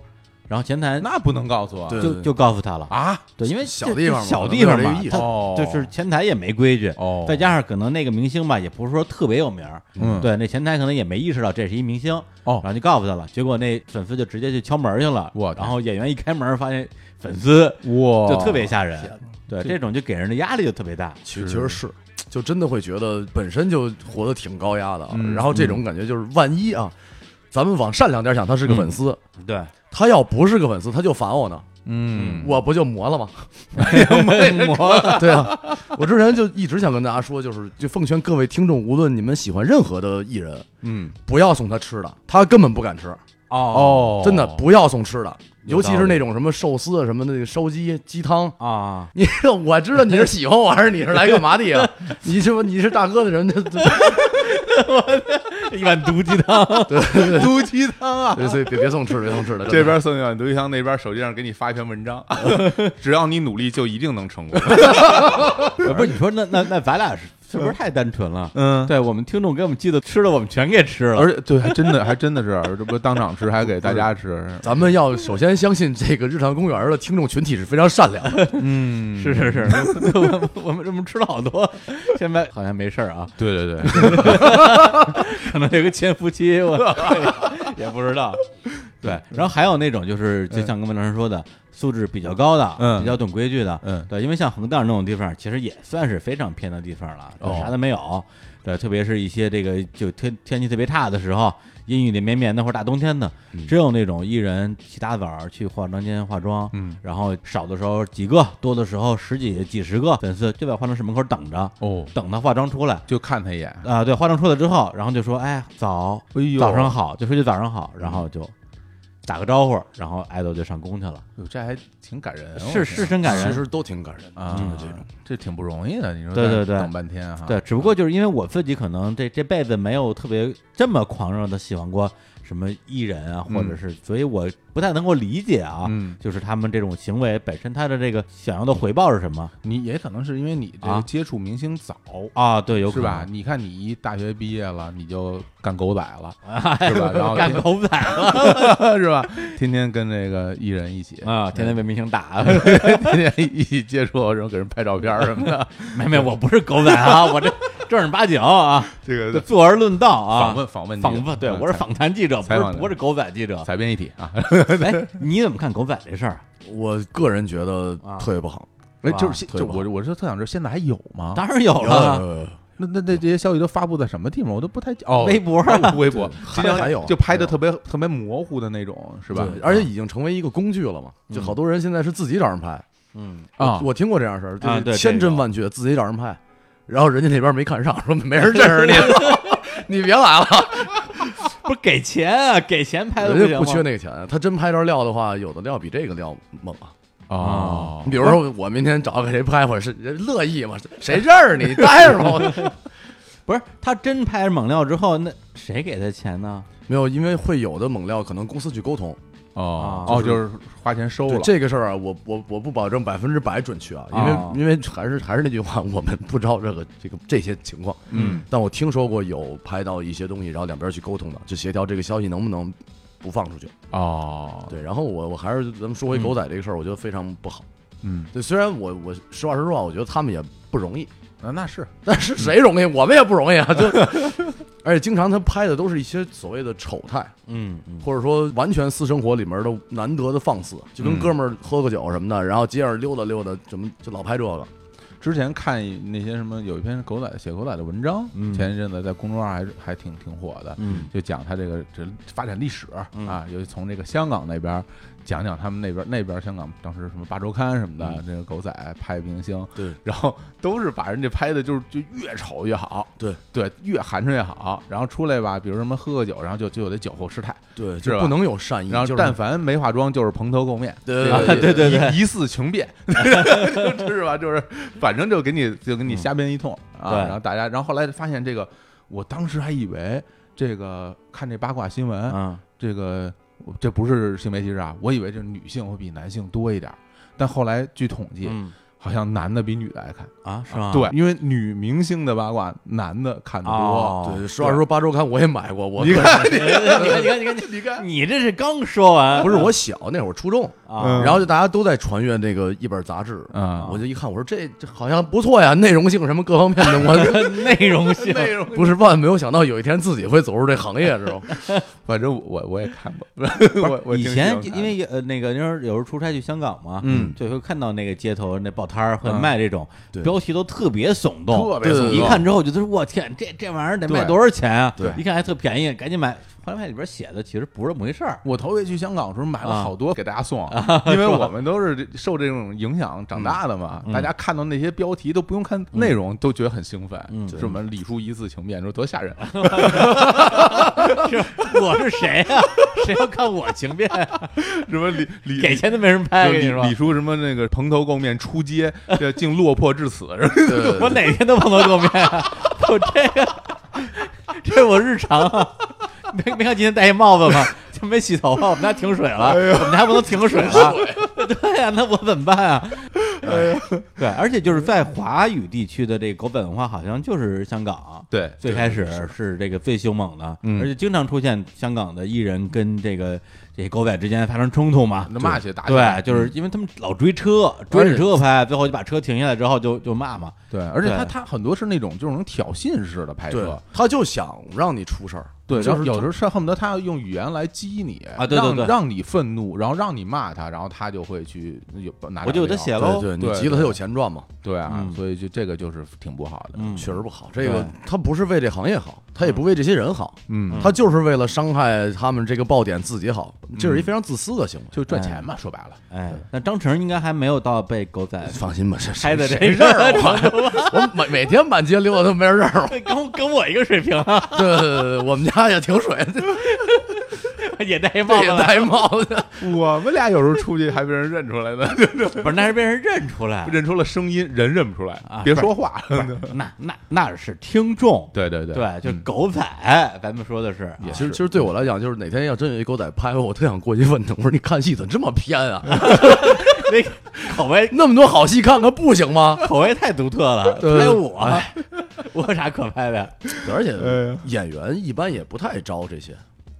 然后前台那不能告诉我对就就告诉他了，啊，对，因为小这地这方嘛小可能地方没有这嘛个意，识他哦就是前台也没规矩，哦再加上可能那个明星吧，也不是说特别有名儿，嗯对，那前台可能也没意识到这是一明星，哦然后就告诉他了，结果那粉丝就直接去敲门去了，我天然后演员一开门发现粉丝哇，就特别吓人，天对，这种就给人的压力就特别大，其实其实是，就真的会觉得本身就活得挺高压的啊，嗯然后这种感觉就是万一啊，咱们往善良点想，他是个粉丝。 对，他要不是个粉丝，他就烦我呢，嗯，我不就磨了吗？ 磨了， 对啊，我之前就一直想跟大家说，就是就奉劝各位听众，无论你们喜欢任何的艺人，嗯不要送他吃的，他根本不敢吃，哦，真 的不要送吃的，有尤道理其是那种什么寿司啊，什么那个烧鸡、鸡汤。啊，你 我知道你是喜欢我，还是你是来干嘛的呀？ 你是不你是大哥的人，这这 一碗毒鸡 汤，毒鸡汤啊！ 对所以别别送吃的，别送吃的。这边送一碗毒鸡汤，那边手机上给你发一篇文章， 只要你努力，就一定能成 功。不是你说那那那咱俩是是不是太单纯了？嗯，对我们听众给我们寄的吃的，我们全给吃了，而且对，还真的还真的是，这不当场吃，还给大家吃。 咱们要首先相信这个日常公园的听众群体是非常善良的，嗯，是是是， 我我们我们吃了好 多，现在好像没事儿啊， 对对对，可能有个潜伏期， 我 也不知道。对，然后还有那种就是，就像跟文老师说的，素质比较高的，嗯比较懂规矩的，嗯对，因为像横店那种地方，其实也算是非常偏的地方了，就哦啥都没有。对，特别是一些这个就天天气特别差的时候，阴雨的绵绵的，或者大冬天的，只有那种艺人起大早儿去化妆间化妆，嗯，然后少的时候几个，多的时候十几几十个粉丝就在化妆室门口等着， 哦，等他化妆出来，就看他一眼。啊、对，化妆出来之后，然后就说，哎，早，哎呦早上好，就说句早上好，然后就打个招呼，然后爱豆就上工去了，哟这还挺感人，是哎是真感其人。实都挺感人的啊这种。，这挺不容易的。你说对对在对等半天哈。啊对，只不过就是因为我自己可能这这辈子没有特别这么狂热的喜欢过什么艺人啊，嗯或者是，所以我不太能够理解啊，嗯就是他们这种行为本身，他的这个想要的回报是什么你也可能是因为你这个啊接触明星早，啊？对，有可是能吧？？你看你一大学毕业了，你就干狗仔了， 是吧？然后干狗仔了 是吧？ 天天跟那个艺人一起， 啊，天天被明星打，天天一起接触，然后给人拍照片什么的， 没没，我不是狗仔啊，我这正儿八经啊， 这就坐而论道啊，访问访问嗯访问，对我是访谈记者，不采是访的不是狗仔记者。采编一体啊，哎，你怎么看狗仔这事儿？我个人觉得啊特别不好，哎，吧就是现对就吧我我是特想知道现在还有吗？当然有啊了，呃，那那那这些消息都发布在什么地方？我都不太哦，微博啊微 博对今天还有就拍的还有特别特别模糊的那种，是是吧吧？？而且啊已经成为一个工具了嘛，就好多人现在是自己找人拍嗯，啊我我听过这样的事儿，啊就对是千真万确自己找人拍，然后人家那边没看上，说没人认识你了， 你别来了，不是给钱啊，给钱拍的人家行不吗缺那个钱，他真拍着料的话，有的料比这个料猛啊。哦你比如说，我明天找给谁拍，我是人乐意嘛，谁认识你，你待着吧。我 不是他真拍猛料之后，那谁给他钱呢？没有，因为会有的猛料可能公司去沟通，哦啊哦，就就是花钱收对了，这个事儿啊，我我我不保证百分之百准确啊，因为、啊因为还是还是那句话，我们不知道这个这个这些情况。嗯，但我听说过有拍到一些东西，然后两边去沟通的，就协调这个消息能不能不放出去。哦，对，然后我我还是咱们说回狗仔这个事儿，我觉得非常不好。嗯，对，虽然我我实话实说啊，我觉得他们也不容易，那那是但是谁容易？我们也不容易啊！就 而且经常他拍的都是一些所谓的丑态，嗯嗯或者说完全私生活里面的难得的放肆，就跟嗯哥们儿喝个酒什么的，然后街上溜达溜达，怎么就老拍这个？之前看那些什么有一篇狗仔写狗仔的文章，嗯前一阵子在公众号还是还挺挺火的，嗯就讲他这个这发展历史嗯啊，尤其从这个香港那边儿讲讲他们那边儿那边儿香港当时什么八周刊什么的，嗯这个狗仔拍明星， 对，然后都是把人家拍的就是就越丑越好，对对，越寒碜越好，然后出来吧，比如什么喝个酒，然后就就有得酒后失态，对，是吧就不能有善意，然就后是但凡没化妆就是蓬头垢面，对吧对对啊对对疑疑似 穷变，是吧？就是反正就给你就给你瞎编一通啊，嗯对然后大家，然后后来发现这个，我当时还以为这个看这八卦新闻，嗯这个这不是性别歧视啊，我以为这女性会比男性多一点儿，但后来据统计，嗯好像男的比女的爱看，啊，是吗？对，因为女明星的八卦男的看的多。哦对，实话实说，八周刊我也买过，我你看，你看，你看，你看，你看，你这是刚说完，不是我小那会儿初中，啊嗯然后就大家都在传阅那个一本杂志，啊，我就一看，我说这这好像不错呀，内容性什么各方面的，我内容性，内容不是万万没有想到有一天自己会走入这行业，知道吗？反正我我也看 过，不是我我以挺喜前欢看因为呃那个那时候有时候出差去香港嘛，嗯就会看到那个街头那报摊儿会嗯卖这种对标题都特别耸动，特别耸动一看之后觉得我天，这这玩意儿得卖对多少钱啊？对一看还特便宜，赶紧买。后来发现里边写的其实不是那么回事 儿，我头回去香港的时候买啊了好多给大家送，因为我们都是受这种影响长大的嘛，嗯大家看到那些标题都不用看内容，都觉得很兴奋，嗯什么李叔一次情变，说多吓人，是我是谁啊？谁要看我情 变？什么 李李给钱都没人拍，就我跟李你说李，叔什么那个蓬头垢面出街，这竟落魄至 此，是吧对对我对哪天都碰到垢面啊，我这个这是我日常啊。 没没看今天戴一帽子吗？ 就没洗头发，我们家停水哎了，我们家不能停水了。对呀、那我怎么办啊？哎对，而且就是在华语地区的这个狗仔文化，好像就是香港。对最开始是这个最凶猛的，嗯而且经常出现香港的艺人跟这个这些狗仔之间发生冲突嘛，那骂起来打起来嗯哎对，就是因为他们老追车，追着车拍，最后就把车停下来之后就就骂嘛。对，而且他对他很多是那种就是那种挑衅式的拍对摄，，他就想让你出事儿，对，就然后是有时候是恨不得他要用语言来激你啊对对让对让你愤怒，然后让你骂他，然后他就会去有拿我就有他的写喽对，对，对你急了对他有钱赚嘛，对啊，嗯所以就这个就是挺不好的。嗯，确实不好。这个对他不是为这行业好，他也不为这些人好，嗯他就是为了伤害他们这个爆点自己好，这嗯是一非常自私的行为。就赚钱嘛，说白了。哎，那张成应该还没有到被狗仔放心吧，这谁拍的这谁事认识儿，我？我每每天满街溜达都没人认识我。跟跟我一个水平啊！对对对对，我们家也挺水。也戴一帽这子也 来，戴帽子， 我们俩有时候出去还被人认出来呢，就不是那是被人认出来，认出了声音，人认不出来啊，别说话。那那那是听众，对对 对对，就是狗仔，咱们说的是也啊 其实其实对我来讲，就是哪天要真有一狗仔拍我，我特想过去问他，我说你看戏怎么这么 偏啊？那个口味那么多好戏看看不行吗？口味太独特了，对拍我，我有啥可拍的？而哎且呀演员一般也不太招这些，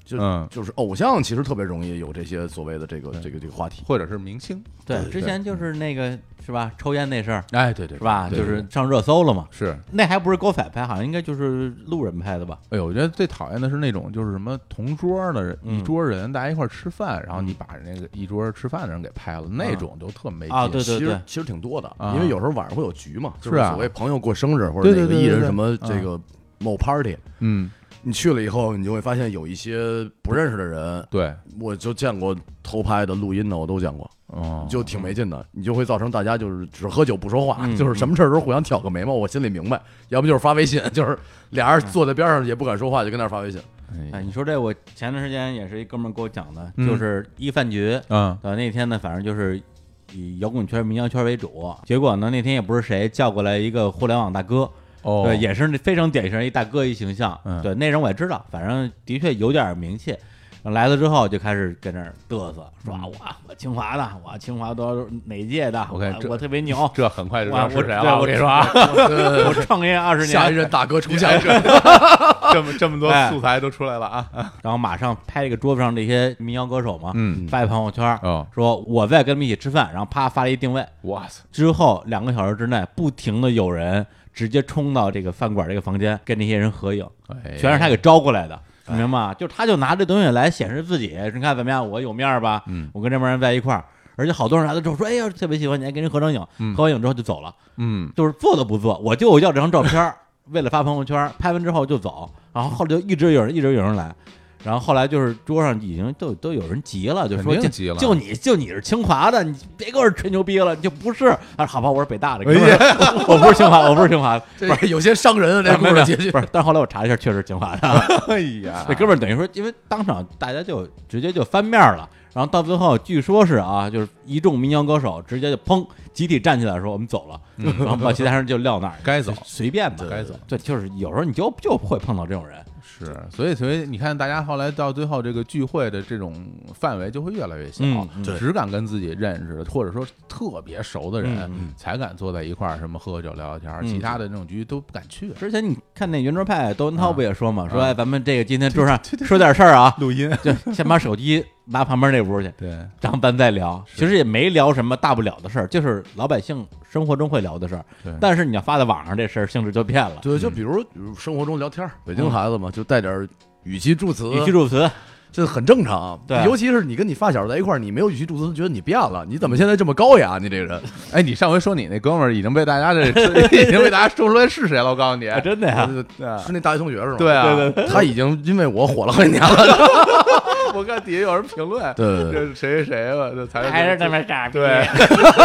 就、嗯就是偶像其实特别容易有这些所谓的这个这个这个话题。或者是明星，对，之前就是那个是吧，抽烟那事儿哎，对对是吧，就是上热搜了嘛。是。那还不是狗仔拍，好像应该就是路人拍的吧？哎呦，我觉得最讨厌的是那种就是什么同桌的人嗯一桌人，大家一块儿吃饭，然后你把那个一桌吃饭的人给拍了，那种就特没劲啊对对其实其实挺多的，啊因为有时候晚上会有局嘛，就是啊所谓朋友过生日或者对哪对个对艺人对什么对啊这个某 party，嗯，你去了以后，你就会发现有一些不认识的人，对，我就见过偷拍的、录音的，我都见过，哦，就挺没劲的。你就会造成大家就是只喝酒不说话，嗯就是什么事儿都互相挑个眉毛。我心里明白，要不就是发微信， 就是俩啊人坐在边上也不敢说话，就跟那儿发微信。哎，你说这我前段时间也是一哥们儿给我讲的，嗯就是一饭局，嗯呃，那天呢，反正就是以摇滚圈、民谣圈为主。结果呢，那天也不是谁叫过来一个互联网大哥，呃哦，对，也是那非常典型一大哥一形象。嗯对，那人我也知道，反正的确有点名气。来了之后就开始跟那儿嘚瑟，说嗯啊我我清华的，我清华多少哪届的，我看这我我特别 牛，这很快就知我道我是谁对了。我跟你说啊，我我创业二十 下一年，任大哥出现，这么这么多哎素材都出来了啊。然后马上拍这个桌子上这些民谣歌手嘛， 嗯，发一朋友圈，哦，说我在跟他们一起吃饭，然后啪发了一定位，哇塞，之后两个小时之内，不停的有人直接冲到这个饭馆这个房间跟那些人合影，哎全是他给招过来的，你明白吗？就是他就拿这东西来显示自己，你看怎么样，我有面儿吧？嗯，我跟这帮人在一块儿，而且好多人来了之后说，哎呀，特别喜欢你，还跟人合张影，合完影之后就走了，嗯，就是做都不做，我就要这张照片儿，为了发朋友圈儿，拍完之后就走，然后后来就一直有人，一直有人来。然后后来就是桌上已经都都有人急了，就说肯就定急了就你就你是清华的，你别跟我吹牛逼了，你就不是。啊，好吧，我是北大的，哥哎们儿我不是清华，我不是清 华的，这有些伤人啊，这没故有没事有结局不是。但是后来我查一下，确实是清华的。啊 哎呀这，哥们儿等于说，因为当场大家就直接就翻面了，然后到最后据说是啊，就是一众民谣歌手直接就砰集体站起来说我们走了，然后把其他人就撂那儿，嗯 该走就随便吧，该走。对，就是有时候你就就会碰到这种人，是，所以所以你看，大家后来到最后这个聚会的这种范围就会越来越小，嗯嗯对只敢跟自己认识的或者说特别熟的人、才敢坐在一块儿，什么喝喝酒聊聊天儿，嗯其他的那种局都不敢去。之前你看那圆桌派，窦文涛不也说嘛，说啊哎咱们这个今天桌上说点事儿啊，录音， 就先把手机拿旁边那屋去，对，然后咱再聊。其实也没聊什么大不了的事儿，就是老百姓生活中会聊的事儿对。但是你要发在网上，这事儿性质就变了。对，就比如比如生活中聊天儿，北京孩子嘛，就带点儿语气助词，语气助词，这很正常。对尤其是你跟你发小在一块儿，你没有语气助词，觉得你变了，你怎么现在这么高雅？啊你这个人， 哎，你上回说你那哥们儿已经被大家 这已经被大家说出来是谁了，我告诉你，啊真的呀，对是那大学同学是吗？对啊，他已经因为我火了好几年了。 我看底下有人评论，对对对这是谁谁谁了，这才还是那么傻逼。 对，就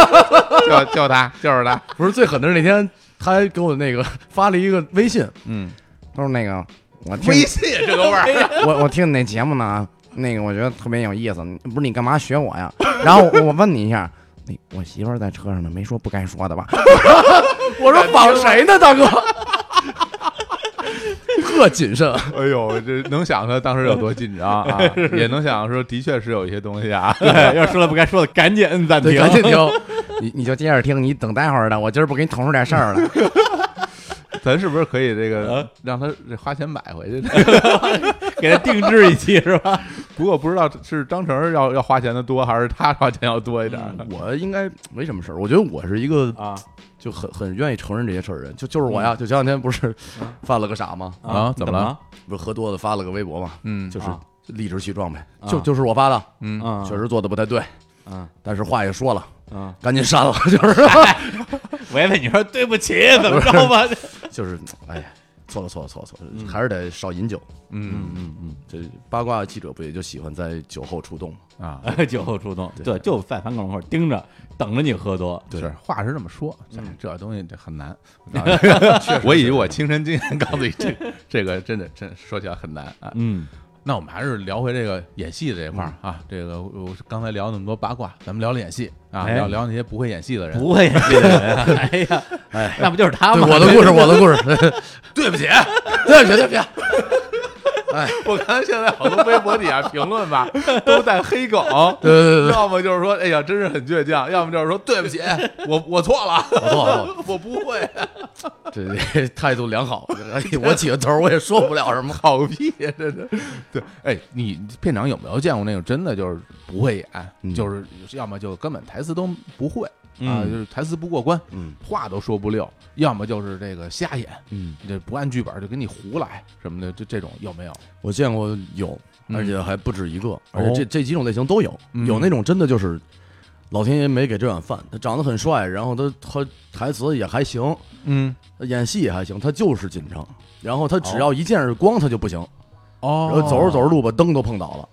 就他，就是 他，不是最狠的是那天，他还给我那个发了一个微信，嗯，都是那个我听微信也是个味儿。我我听你那节目呢啊，那个我觉得特别有意思，不是你干嘛学我呀？然后我我问你一下，那我媳妇儿在车上呢，没说不该说的吧？我说仿谁呢， 大哥？特谨慎， 啊哎呦，这能想他当时有多紧张啊， 也能想说，的确是有一些东西啊。 对，要说了不该说的，赶紧摁暂对，停。赶紧停。你你就接着听，你等待会儿的，我今儿不给你捅出点事儿了。 咱是不是可以这个让他花钱买回去？给他定制一期是吧？ 不过不知道是张成要要花钱的多，还是他花钱要多一点儿？我应该没什么事儿。我觉得我是一个啊就很很愿意承认这些事儿的人，就就是我呀。就前两天不是 犯了个傻吗？ 啊怎嗯怎么了？不是喝多了发了个微博嘛，嗯就是啊理直气壮呗，啊就就是我发的，嗯嗯，确实做的不太对，嗯但是话也说了，嗯，赶紧删了， 就是维维，你说对不起，怎么着吧？就是，哎呀，错了错了错了错了，还是得少饮酒。 嗯嗯嗯这八卦记者不也就喜欢在酒后触动吗？啊，嗯，酒后触动，对，就在饭馆门口盯着，等着你喝多。是对话是这么说，但这东西这很 难。我告 诉你我以我亲身经验告诉你，这这个真的真说起来很难啊。嗯，那我们还是聊回这个演戏这一块儿啊。这个我我刚才聊那么多八卦，咱们聊聊演戏啊，哎聊聊那些不会演戏的人。不会演戏的人，哎呀，哎，那不就是他啊对吗？我的故事，我 的故事，对不起，对，绝对别。我看现在好多微博底下评论 吧，都带黑梗，对对对对，要么就是说，哎呀，真是很倔强；要么就是说，对不起，哎我我错了， 我错了，我不会，我这这态度良好。 哎我起个头，我也说不了什么。好屁，真的。对，哎，你片场有没有见过那种真的就是不会演，嗯就是要么就根本台词都不会啊，嗯就是台词不过关，嗯话都说不溜；要么就是这个瞎演，嗯，这不按剧本就给你胡来什么的，这这种有没有？ 我见过有，嗯而且还不止一个，而哦且这这几种类型都有，嗯有那种真的就是老天爷没给这碗饭，他长得很帅，然后他他台词也还行，嗯，演戏也还行，他就是紧张，然后他只要一见着光他就不行，哦然后走着走着路把灯都碰倒了，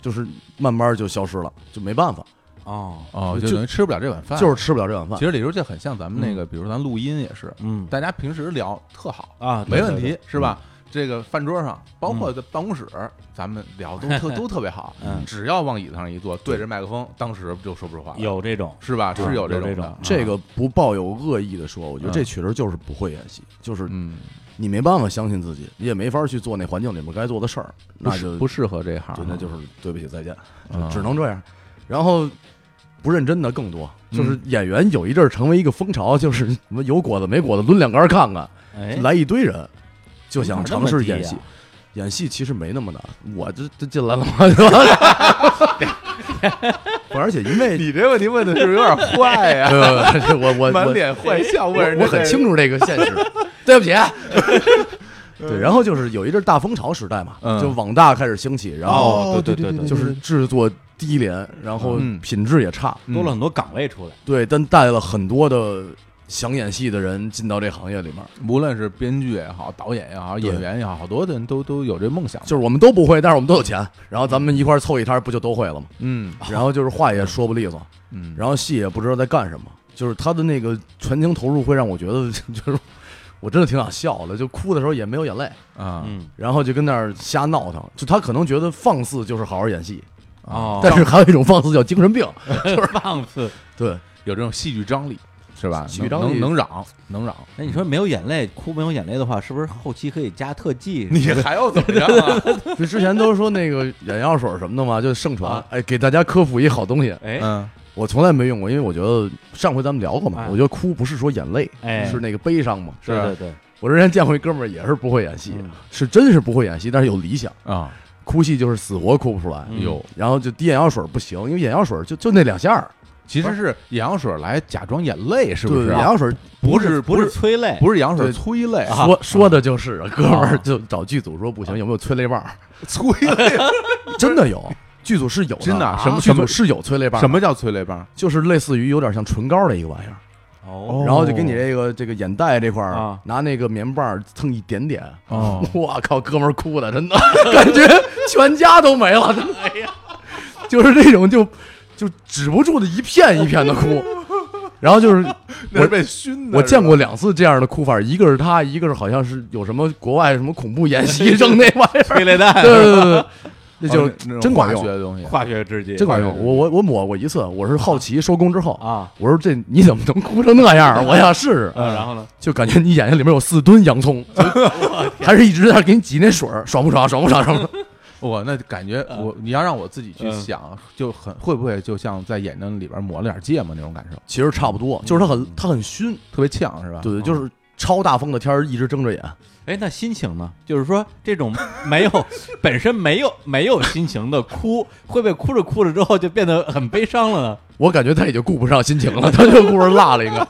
就是慢慢就消失了，就没办法，哦，哦，就就等于吃不了这碗饭，就是吃不了这碗饭其。实李叔这很像咱们那个，比如咱录音也是，嗯大家平时聊特好，啊，对没问，对题对是吧？这个饭桌上，包括在办公室，咱们聊都特都特别好嗯，只要往椅子上一坐，对着麦克风，当时就说不出话来，有这种，是吧？啊是有有这这的种，这个不抱有恶意的说，我觉嗯得这确实就是不会演戏，就是嗯，你没办法相信自己，你也没法去做那环境里面该做的事儿，不那适就不适合这行对，，那就是对不起，再见，嗯只能这样。然后不认真的更多，嗯就是演员有一阵儿成为一个风潮，就是什么有果子没果子抡两杆儿看看，哎，来一堆人就哪想儿那尝么试低演呀戏。演戏其实没那么难，我这这进来了嘛，对吧？ 不而且因为 你这问题问的是有点坏 呀，呃我我满我脸坏笑问人家我我很这清楚这个现 实，对不起。啊对，然后就是有一阵儿大风潮时代嘛，嗯就网大开始兴起，啊然后哦，对对对，就是制作低廉，然后嗯品质也差，嗯多了很多岗位出来，对，但带了很多的想演戏的人进到这行业里面。无论是编剧也好，导演也好，对演员也好，好多人都都有这梦想，就是我们都不会，但是我们都有钱，然后咱们一块儿凑一摊儿，不就都会了吗？嗯然后就是话也说不利索，嗯，然后戏也不知道在干什么，就是他的那个全情投入会让我觉得， 就是我真的挺想笑的，就哭的时候也没有眼泪，啊嗯，然后就跟那儿瞎闹腾。就他可能觉得放肆就是好好演戏，哦，但是还有一种放肆叫精神病，啊 放肆，对，有这种戏剧张力，是吧？戏能剧张力能能嚷能嚷，哎，你说没有眼泪，哭没有眼泪的话，是不是后期可以加特技？你还要怎么样 啊？就之前都是说那个眼药水什么的嘛，就盛传啊，哎，给大家科普一好东西。哎嗯我从来没用过，因为我觉得上回咱们聊过嘛哎，我觉得哭不是说眼泪，哎，是那个悲伤嘛。对对对，我之前见过一哥们儿也是不会演戏嗯，是真是不会演戏，但是有理想，啊，哭戏就是死活哭不出来。嗯有，然后就滴眼药水不行，因为眼药水就就那两下儿，其实是眼药水来假装眼泪，是不对是眼啊？药水不是是不是催泪，不是眼药水对催泪，啊说说的就是啊，哥啊们儿就找剧组说不行，有没有催泪棒儿？催泪。 真的有，剧组是有真的的啊什么剧什么组是有催泪棒儿的，什么叫催泪棒？就是类似于有点像唇膏的一个玩意儿。哦，然后就给你这个这个眼袋这块儿、啊拿那个棉棒儿蹭一点点。哦 我靠，哥们儿哭的真的感觉全家都没了，哎呀，就是那种就就止不住的一片一片的哭。然后就是 那是被熏的。我见是吧过两次这样的哭法，一个是他，一个是好像是有什么国外什么恐怖 演习扔那玩意儿，催泪弹， 对对对对，那哦就那种真化管学用，的东西，化学制剂，真管化用。学我我我抹过一次，我是好奇收工之后，啊，我说这你怎么能哭成那样儿？我想试试。啊然后呢？就感觉你眼睛里面有四吨洋葱，就还是一直在给你挤那水儿，爽不爽？爽不爽？爽不爽？我那感觉嗯我你要让我自己去嗯想，就很会不会就像在眼睛里边抹了点芥末那种感受，其实差不多，就是它很它很熏，特别呛是吧？对，就是超大风的天儿一直睁着眼，哎，那心情呢？就是说，这种没 有本身没有没有心情的哭，会不会哭着哭着之后就变得很悲伤了呢？我感觉他也就顾不上心情了，他就顾着辣了应该。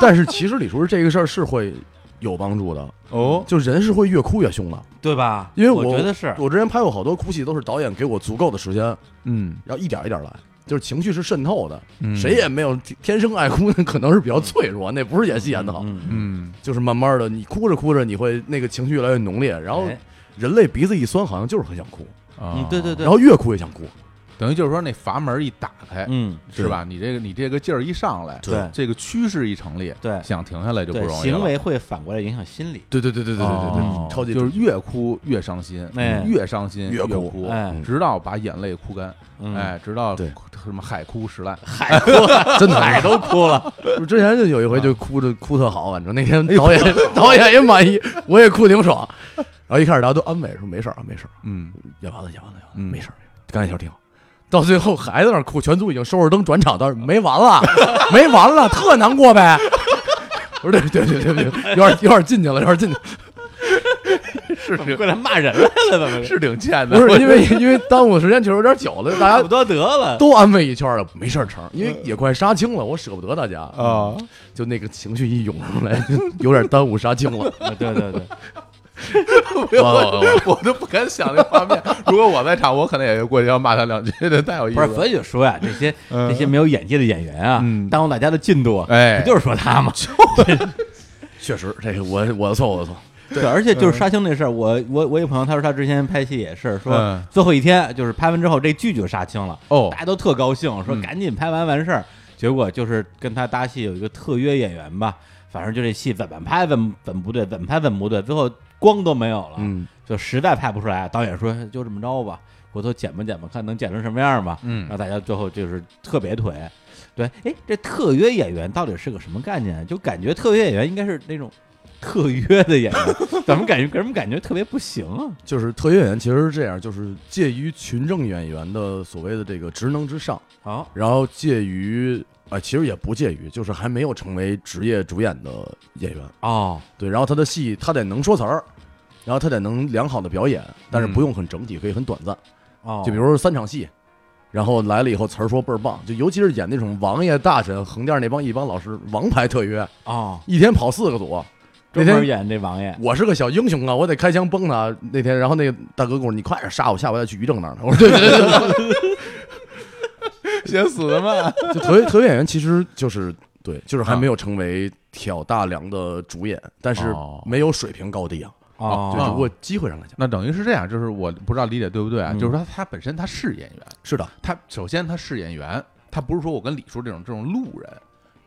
但是其实李叔这个事儿是会有帮助的，哦，就人是会越哭越凶的，对吧？因为我我觉得是，我之前拍过好多哭戏，都是导演给我足够的时间，嗯，然后一点一点来。就是情绪是渗透的，嗯谁也没有天生爱哭，那可能是比较脆弱，那不是演戏演的好。嗯，嗯就是慢慢的，你哭着哭着，你会那个情绪越来越浓烈，然后哎人类鼻子一酸，好像就是很想哭，啊嗯，对对对，然后越哭越想哭，等于就是说那阀门一打开，嗯，是吧？你这个你这个劲儿一上来，对这个趋势一成立，对想停下来就不对，容易了。行为会反过来影响心理，对对对对对对对哦对，超级就是越哭越伤心，哎越伤心越越哭哭哎直到把眼泪哭干，嗯哎，直到对什么海枯石烂，真的海都哭了，我之前就有一回就哭的哭特好，反正那天导 演导演也满意，我也哭挺爽。然后一开始大家都安慰说没事儿啊，没事儿，嗯，演完了演完了，嗯没事儿，刚才一条挺好。到最后还在那儿哭，全组已经收拾灯转场，但是没完 了，没完了，特难过呗。我说对对对对对，有点有点进去了，有点进去了。是挺过来骂人来了，怎么是挺欠不的， 是因为因为耽误的时间确实有点久了，大差家不多得了，都安慰一圈了，没事儿，成，因为也快杀青了，我舍不得大家啊，就那个情绪一涌上来，就有点耽误杀青了。啊对对对，我 我我都不敢想那画面。如果我在场，我可能也就过去要骂他两句，这太有意思不是，了。所以就说呀，这些这些没有演技的演员啊嗯，耽误大家的进度啊，哎不就是说他吗？ 确实，这个我我的错，我的错。对，而且嗯就是杀青这事儿，我我我有朋友，他说他之前拍戏也是说嗯，最后一天就是拍完之后，这剧就杀青了，哦嗯大家都特高兴，说赶紧拍完完事儿。结果就是跟他搭戏有一个特约演员吧，反正就这戏怎么拍怎么怎么不对，怎么拍怎么不对，最后光都没有了，嗯，就实在拍不出来。导演说就这么着吧，回头剪吧剪吧，看能剪成什么样吧。嗯然后大家最后就是特别腿。对，哎，这特约演员到底是个什么概念？就感觉特约演员应该是那种特约的演 员，怎么感觉给人感觉特别不行啊？就是特约演员其实是这样，就是介于群众演员的所谓的这个职能之上，好，然后介于啊、其实也不介于，就是还没有成为职业主演的演员。哦，对，然后他的戏他得能说词儿，然后他得能良好的表演，但是不用很整体，可以很短暂。哦，就比如说三场戏，然后来了以后词儿说倍儿棒，就尤其是演那种王爷大臣、横店那帮一帮老师王牌特约，哦，一天跑四个组。那专天门演这王爷，我是个小英雄啊，我得开枪崩他。那天，然后那个大哥跟我说：“你快点杀我，下回再去于正那儿呢。”我说：“对对对对先死的嘛。对，就特约特约演员其实就是对，就是还没啊有成为挑大梁的主演，但是哦没有水平高低啊，哦，就只不过机会上来讲， 那等于是这样，就是我不知道理解对不对啊？嗯就是说他本身他是演员，是的，他首先他是演员，他不是说我跟李叔这种这种路人，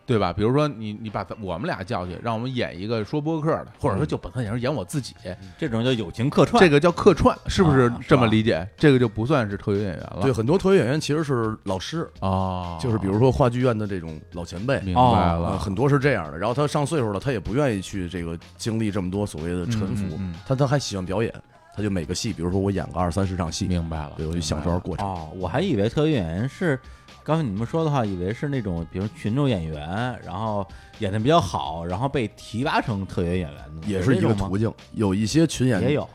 对吧？比如说你你把咱我们俩叫去，让我们演一个说播客的，或者说就本身也是演我自己，这种叫友情客串，这个叫客串，是不嗯是啊这是么吧理解？这个就不算是特约演员了。对，很多特约演员其实是老师，哦，就是比如说话剧院的这种老前辈。明白啊，了，很多是这样的，然后他上岁数了，他也不愿意去这个经历这么多所谓的沉浮，嗯嗯嗯他他还喜欢表演，他就每个戏，比如说我演个二三十场戏，明白了，对，我就享受这过程。哦，我还以为特约演员是，刚才你们说的话，以为是那种比如群众演员，然后演的比较好，然后被提拔成特约演员的，也是一个有这种吗途径。有一些群演也有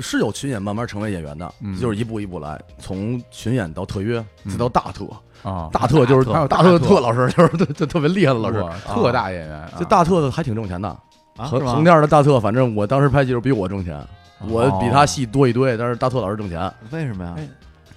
是有群演慢慢成为演员的，嗯就是一步一步来，从群演到特约，再到大特，啊，大特就是还有大大特特特老师，就是 特特特别厉害的老师。哇啊特大演员，这大啊特还挺挣钱的，啊，横是横吗？店的大特，反正我当时拍戏时候比我挣钱，我比他戏多一堆，但是大特老师挣钱，为什么呀？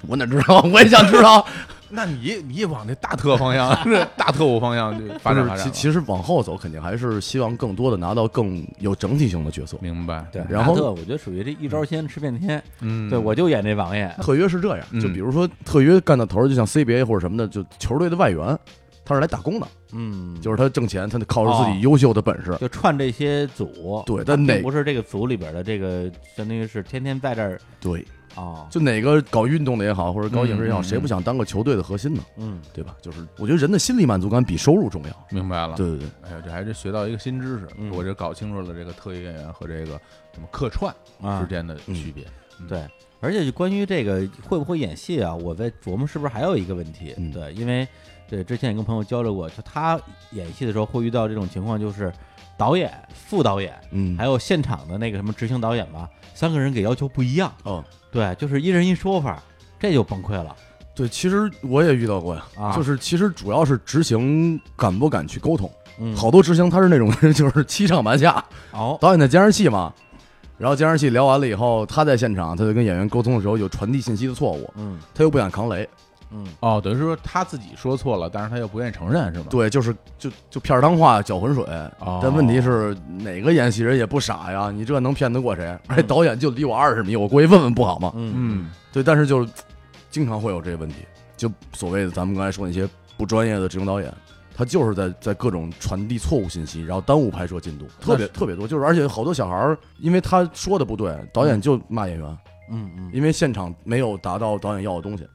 我哪知道？我也想知道。那你你也往那大特方向，是大特务方向就发展不发是展其了。其实往后走，肯定还是希望更多的拿到更有整体性的角色。 明白，对，然后达特我觉得属于这一招鲜吃遍天，嗯，对我就演这王爷，特约是这样，就嗯比如说特约干到头儿，就像 CBA 或者什么的，就球队的外援，他是来打工的，嗯，就是他挣钱，他得靠着自己优秀的本事。就串这些组，对哦他但哪并不是这个组里边的这个，相当于是天天在这儿对，哦，就哪个搞运动的也好，或者搞影视也好，嗯嗯谁不想当个球队的核心呢？嗯，对吧？就是我觉得人的心理满足感比收入重要。明白了。啊对对对，哎呀，这还是学到一个新知识，嗯我这搞清楚了这个特约演员和这个什么客串啊之，间的区别。对，而且就关于这个会不会演戏啊，我在琢磨是不是还有一个问题？嗯对，因为对之前也跟朋友交流过，就他演戏的时候会遇到这种情况，就是导演、副导演嗯还，有现场的那个什么执行导演吧，三个人给要求不一样，哦，对，就是一人一说法，这就崩溃了对，其实我也遇到过呀，啊。就是是其实主要是执行敢不敢去沟通。嗯，好多执行他是那种 就是欺上瞒下，哦，导演在监视器嘛，然后监视器聊完了以后，他在现场，他就跟演员沟通的时候有传递信息的错误，嗯他又不想扛雷，嗯，哦，等于说他自己说错了，但是他又不愿意承认，是吗？对，就是就就片儿汤话搅浑水。哦但问题是，哪个演戏人也不傻呀，你这能骗得过谁？哎而且导演就离我二十米，我过去问问不好吗？嗯嗯，对，但是就经常会有这个问题，就所谓的咱们刚才说那些不专业的执行导演，他就是在在各种传递错误信息，然后耽误拍摄进度，特别特别多。就是而且好多小孩儿，因为他说的不对，导演就骂演员，嗯嗯，因为现场没有达到导演要的东西，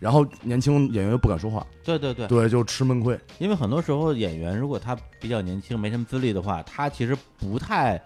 然后年轻演员又不敢说话，对对对，对，就吃闷亏。因为很多时候演员如果他比较年轻，没什么资历的话，他其实不太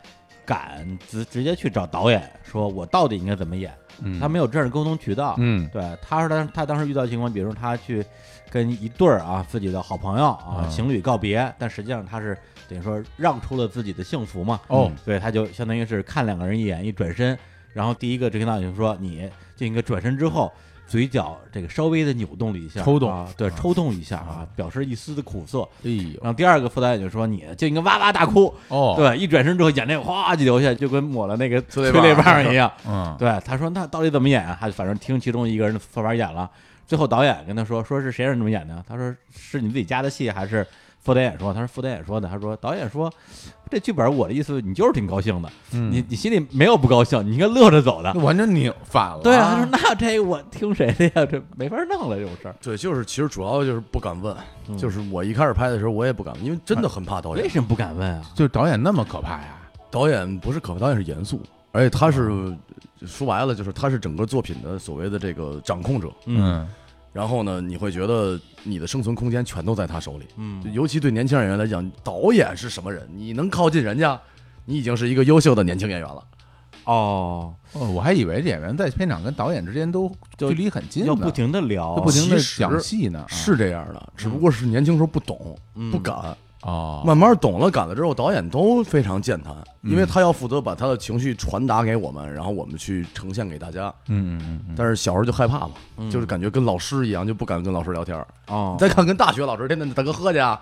敢直直接去找导演说我到底应该怎么演，嗯他没有这样的沟通渠道。嗯对，他说他他当时遇到情况，比如说他去跟一对儿啊自己的好朋友啊、嗯情侣告别，但实际上他是等于说让出了自己的幸福嘛。哦对，他就相当于是看两个人一眼，一转身，然后第一个执行导演就说你就应该转身之后。嘴角这个稍微的扭动了一下，抽动嗯啊，对，抽动一下啊，表示一丝的苦涩。哎呦然后第二个副导演就说：“你就应该哇哇大哭。”哦，，对，一转身之后眼泪哗就流下，就跟抹了那个催泪泪棒棒一样。嗯，对，他说那到底怎么演啊？他就反正听其中一个人的说法演了。最后导演跟他说，说是谁让你这么演的？他说是你自己加的戏还是副导演说？他说副导演说的。他说导演说这剧本我的意思你就是挺高兴的，嗯你你心里没有不高兴，你应该乐着走的。那完全拧反了。对啊，他说那这我听谁的呀？这没法弄了这种事儿。对，就是其实主要就是不敢问，嗯就是我一开始拍的时候我也不敢，因为真的很怕导为演。什么不敢问啊？就导演那么可怕呀？导演不是可怕，导演是严肃，而且他嗯是说白了就是他是整个作品的所谓的这个掌控者。嗯然后呢，你会觉得你的生存空间全都在他手里。嗯就尤其对年轻演员来讲，导演是什么人？你能靠近人家，你已经是一个优秀的年轻演员了。哦，哦，我还以为这演员在片场跟导演之间都距就离很近要呢，不停的聊，不停的其实讲戏呢，啊是这样的，只不过是年轻时候不懂，嗯不敢，哦，慢慢懂了、敢了之后，导演都非常健谈，嗯因为他要负责把他的情绪传达给我们，然后我们去呈现给大家。嗯嗯嗯嗯，但是小时候就害怕嘛，嗯就是感觉跟老师一样，就不敢跟老师聊天儿。哦你，再看跟大学老师，天天大哥喝去 啊。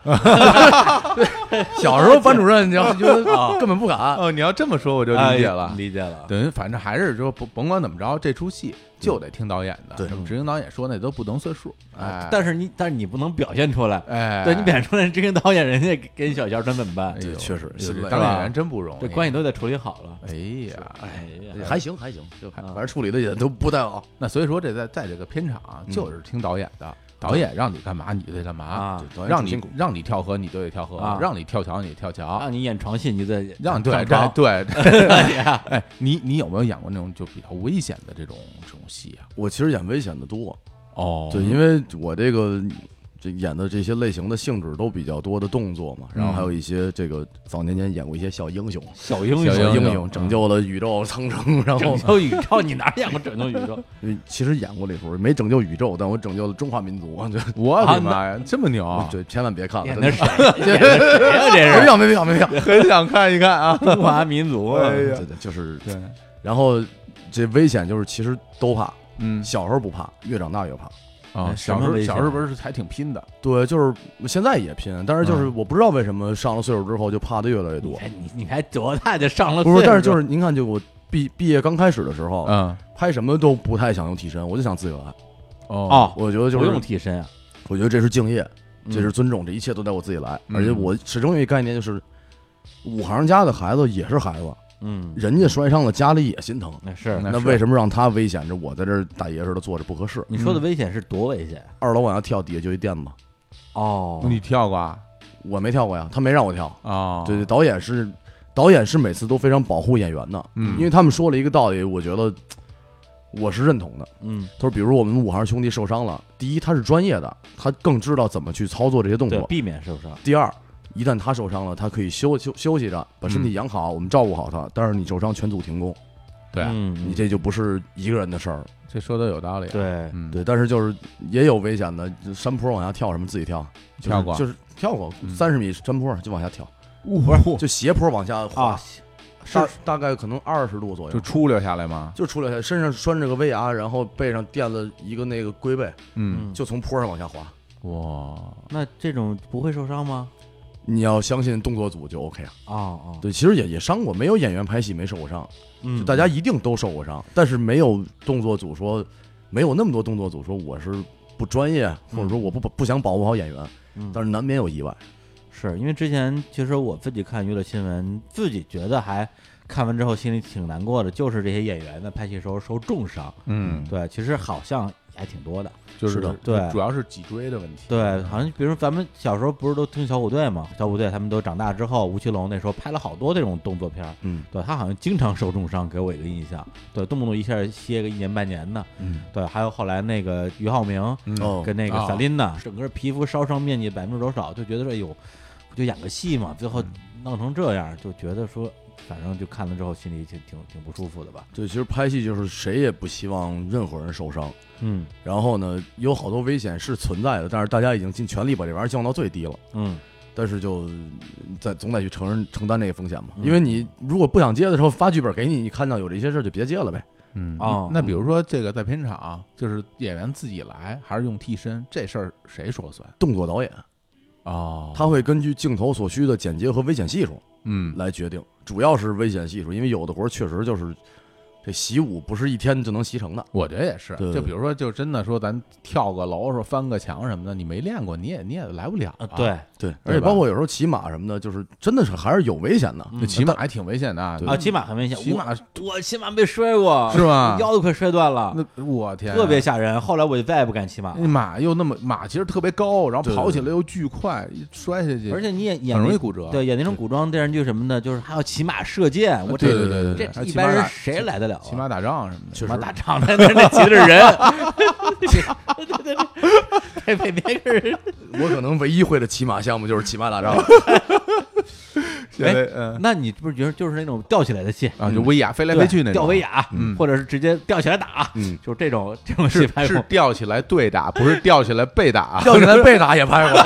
对，小时候班主任你要觉 得啊哎根本不敢。哦，你要这么说我就哎理解了。理解了。等于反正还是说甭甭管怎么着，这出戏就得听导演的。对啊什么执行导演说那都不能算数。哎，但是你，但是你不能表现出来，哎，对你表现出来，这个导演人家给给你小乔穿怎么办哎？对呦确实这是这吧当演员真不容易，这关系都得处理好了。哎呀，哎呀，还行还行，就反啊正处理的也都不太好。那所以说这在在这个片场啊嗯就是听导演的，导演让你干嘛你就得干嘛，啊对，导演让挺你辛苦啊让你跳河你就得跳河啊，让你跳桥你就跳桥，让你演床戏，你得让对上这床对， 哎呀哎，你你有没有演过那种就比较危险的这种这种 戏啊？我其实演危险的多，哦对，因为我这个这演的这些类型的性质都比较多的动作嘛，然后还有一些这这个早年间演过一些小英雄，小英小小雄英英雄雄拯救了宇宙苍 生，然后哎拯救宇宙，你哪演过拯救宇宙？其实演过这出没拯救宇宙，但我拯救了中华民族，我觉得我啊的妈呀，这么牛啊！对，千万别看了，演真的的哎谁？演的谁呀？这没是有没有没有， 很想看一看 啊！中华民族啊。哎呀对对，就是，对，然后这危险就是其实都怕，嗯小时候不怕，越长大越怕。啊，哎什小么时候危小险时候不是还挺拼的，对，就是现在也拼，但是就是我不知道为什么上了岁数之后就怕的越来越多。哎你你还多大就上了岁不数？是，但是就是您看，就我毕毕业刚开始的时哦候，嗯，拍什么都不太想用替身，我就想自由来。哦哦，我觉得就不是用，替身啊，我觉得这是敬业，嗯这是尊重，这一切都得我自己来。嗯而且我始终有一个概念，就是五行家的孩子也是孩子，嗯，人家嗯摔伤了，家里也心疼。那是那那是为什么让他危险着，我在这儿大爷似的坐着不合适？你说的危险是多危险啊二楼往下跳，底下就一垫子，哦你跳过啊？我没跳过呀，他没让我跳。哦，对对，导演是导演是每次都非常保护演员的，嗯因为他们说了一个道理，我觉得嘖我是认同的。嗯，他说，比如我们五行兄弟受伤了，第一他是专业的，他更知道怎么去操作这些动对，作；避免受伤。第二，一旦他受伤了，他可以休休休息着，把身体养好，我们照顾好他。但是你受伤，全组停工，对啊，嗯，你这就不是一个人的事儿。这说的有道理。，对嗯，对，但是就是也有危险的，就山坡往下跳什么自己跳，就是跳过就是跳过嗯哦三十米山坡就往下跳，不是就斜坡往下滑啊，，大大概可能二十度左就右，出溜下来吗？就出来下，身上拴着个威牙，然后背上垫了一个那个龟背，嗯，嗯，就从坡上往下滑。哇，那这种不会受伤吗？你要相信动作组就 OK 啊。哦哦，对，其实也也伤过，没有演员拍戏没受过伤，嗯就大家一定都受过伤，但是没有动作组说，没有那么多动作组说我是不专业，或者说我不不想保护好演员，嗯但是难免有意外。是因为之前其实我自己看娱乐新闻，自己觉得还看完之后心里挺难过的，就是这些演员在拍戏时候受重伤。嗯，对，其实好像还挺多的。就是是的对主要是脊椎的问题。对，好像比如咱们小时候不是都听小虎队嘛，小虎队他们都长大之后，吴奇隆那时候拍了好多这种动作片儿，嗯，对他好像经常受重伤，给我一个印象，对，动不动一下歇个一年半年的，嗯，对，还有后来那个俞灏明嗯哦跟那个啊萨琳娜，整个皮肤烧伤面积百分之多少，就觉得说，哎呦，不就演个戏嘛，最嗯后弄成这样，就觉得说，反正就看了之后心里挺挺挺不舒服的吧，对，其实拍戏就是谁也不希望任何人受伤。嗯然后呢，有好多危险是存在的，但是大家已经尽全力把这玩意儿降到最低了。嗯，但是就在总得去承认承担这个风险嘛，嗯因为你如果不想接的时候发剧本给你，你看到有这些事儿就别接了呗。嗯哦那比如说这个在片场，就是演员自己来，还是用替身，这事儿谁说了算？动作导演哦他会根据镜头所需的剪接和危险系数嗯来决定，主要是危险系数，因为有的活儿确实就是这习武不是一天就能习成的。我觉得也是，对就比如说，就真的说，咱跳个楼、说翻个墙什么的，你没练过，你也你也来不了、啊，对，对，对而且吧嗯包括有时候骑马什么的，就是真的是还是有危险的。那骑马还挺危险的啊，骑马很危险，骑马我我骑马被摔过，嗯是吧腰都快摔断了，那哎我天，啊特别吓人。后来我就再也不敢骑马了，那马又那么马其实特别高，然后对跑起来又巨快，一摔下去而且你也演很容易那骨折。对演那种古装电视剧什么的，就是还要骑马射箭，我对这对对对对还这骑一马般人打谁来得了啊？骑马打仗什么的，确骑马实打仗在那儿那骑的是 人，对对对，被别个人。我可能唯一会的骑马项目就是骑马打仗，现在哎嗯那你不是觉得就是那种吊起来的戏啊，就威亚飞来对飞去那种，吊威亚嗯，或者是直接吊起来打，嗯就是这种这种戏是拍是过。吊起来对 打，不是吊起来被打。吊起来被打也拍过，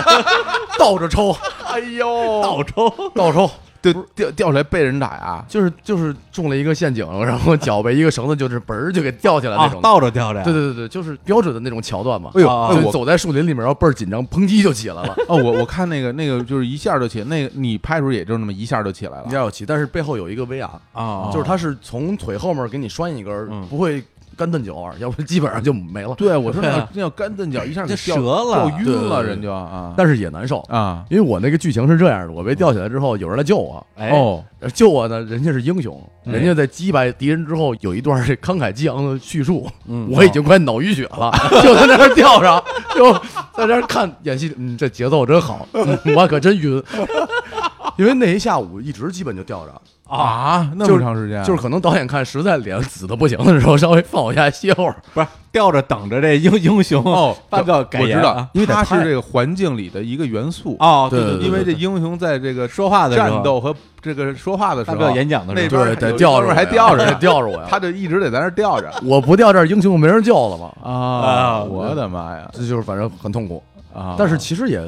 倒着抽，哎呦，倒抽，倒抽，对，吊吊起来被人打呀，就是就是中了一个陷阱，然后脚被一个绳子就是嘣儿就给吊起来那啊种，。倒着吊着呀，对对对对，就是标准的那种桥段嘛。哎呦，啊哎就我走在树林里面，然后倍儿紧张，砰叽就起来了。哦，我我看那个那个就是一下就起，那个你拍的时候也就那么一下就起来了 一下。要起，但是背后有一个威亚，啊，就是它是从腿后面给你拴一根儿嗯，不会干蹬脚 啊，要不基本上就没了。对，我说那对要啊 那要干蹬脚一下就掉折了掉晕对对了对人就啊但是也难受，啊因为我那个剧情是这样的：我被吊起来之后，有人来救我，哎，哦，救我呢，人家是英雄，嗯人家在击败敌人之后有一段这慷慨激昂的叙述，嗯我已经快脑淤血 了，就在那儿吊上， 就在那儿看演戏，嗯，这节奏真好，嗯我可真晕， 因为那一下午一直基本就吊着，啊，啊，那就么是长时间，就是可能导演看实在脸紫的不行的时候，稍微放我一下歇会儿。不是吊着等着这英 英雄哦，发表改我言知道啊，因为它得拍是这个环境里的一个元素。呃哦，对对对，对因为这英雄在这个说话的时候战斗和这个说话的时发候，表演讲的时那候，边 对，还得有吊着一边我还呀吊 着得呢吊着我呀！他就一直得在那儿吊着我不吊这儿英雄没人救了嘛，啊啊我的妈呀这就是反正很痛苦。啊！但是其实也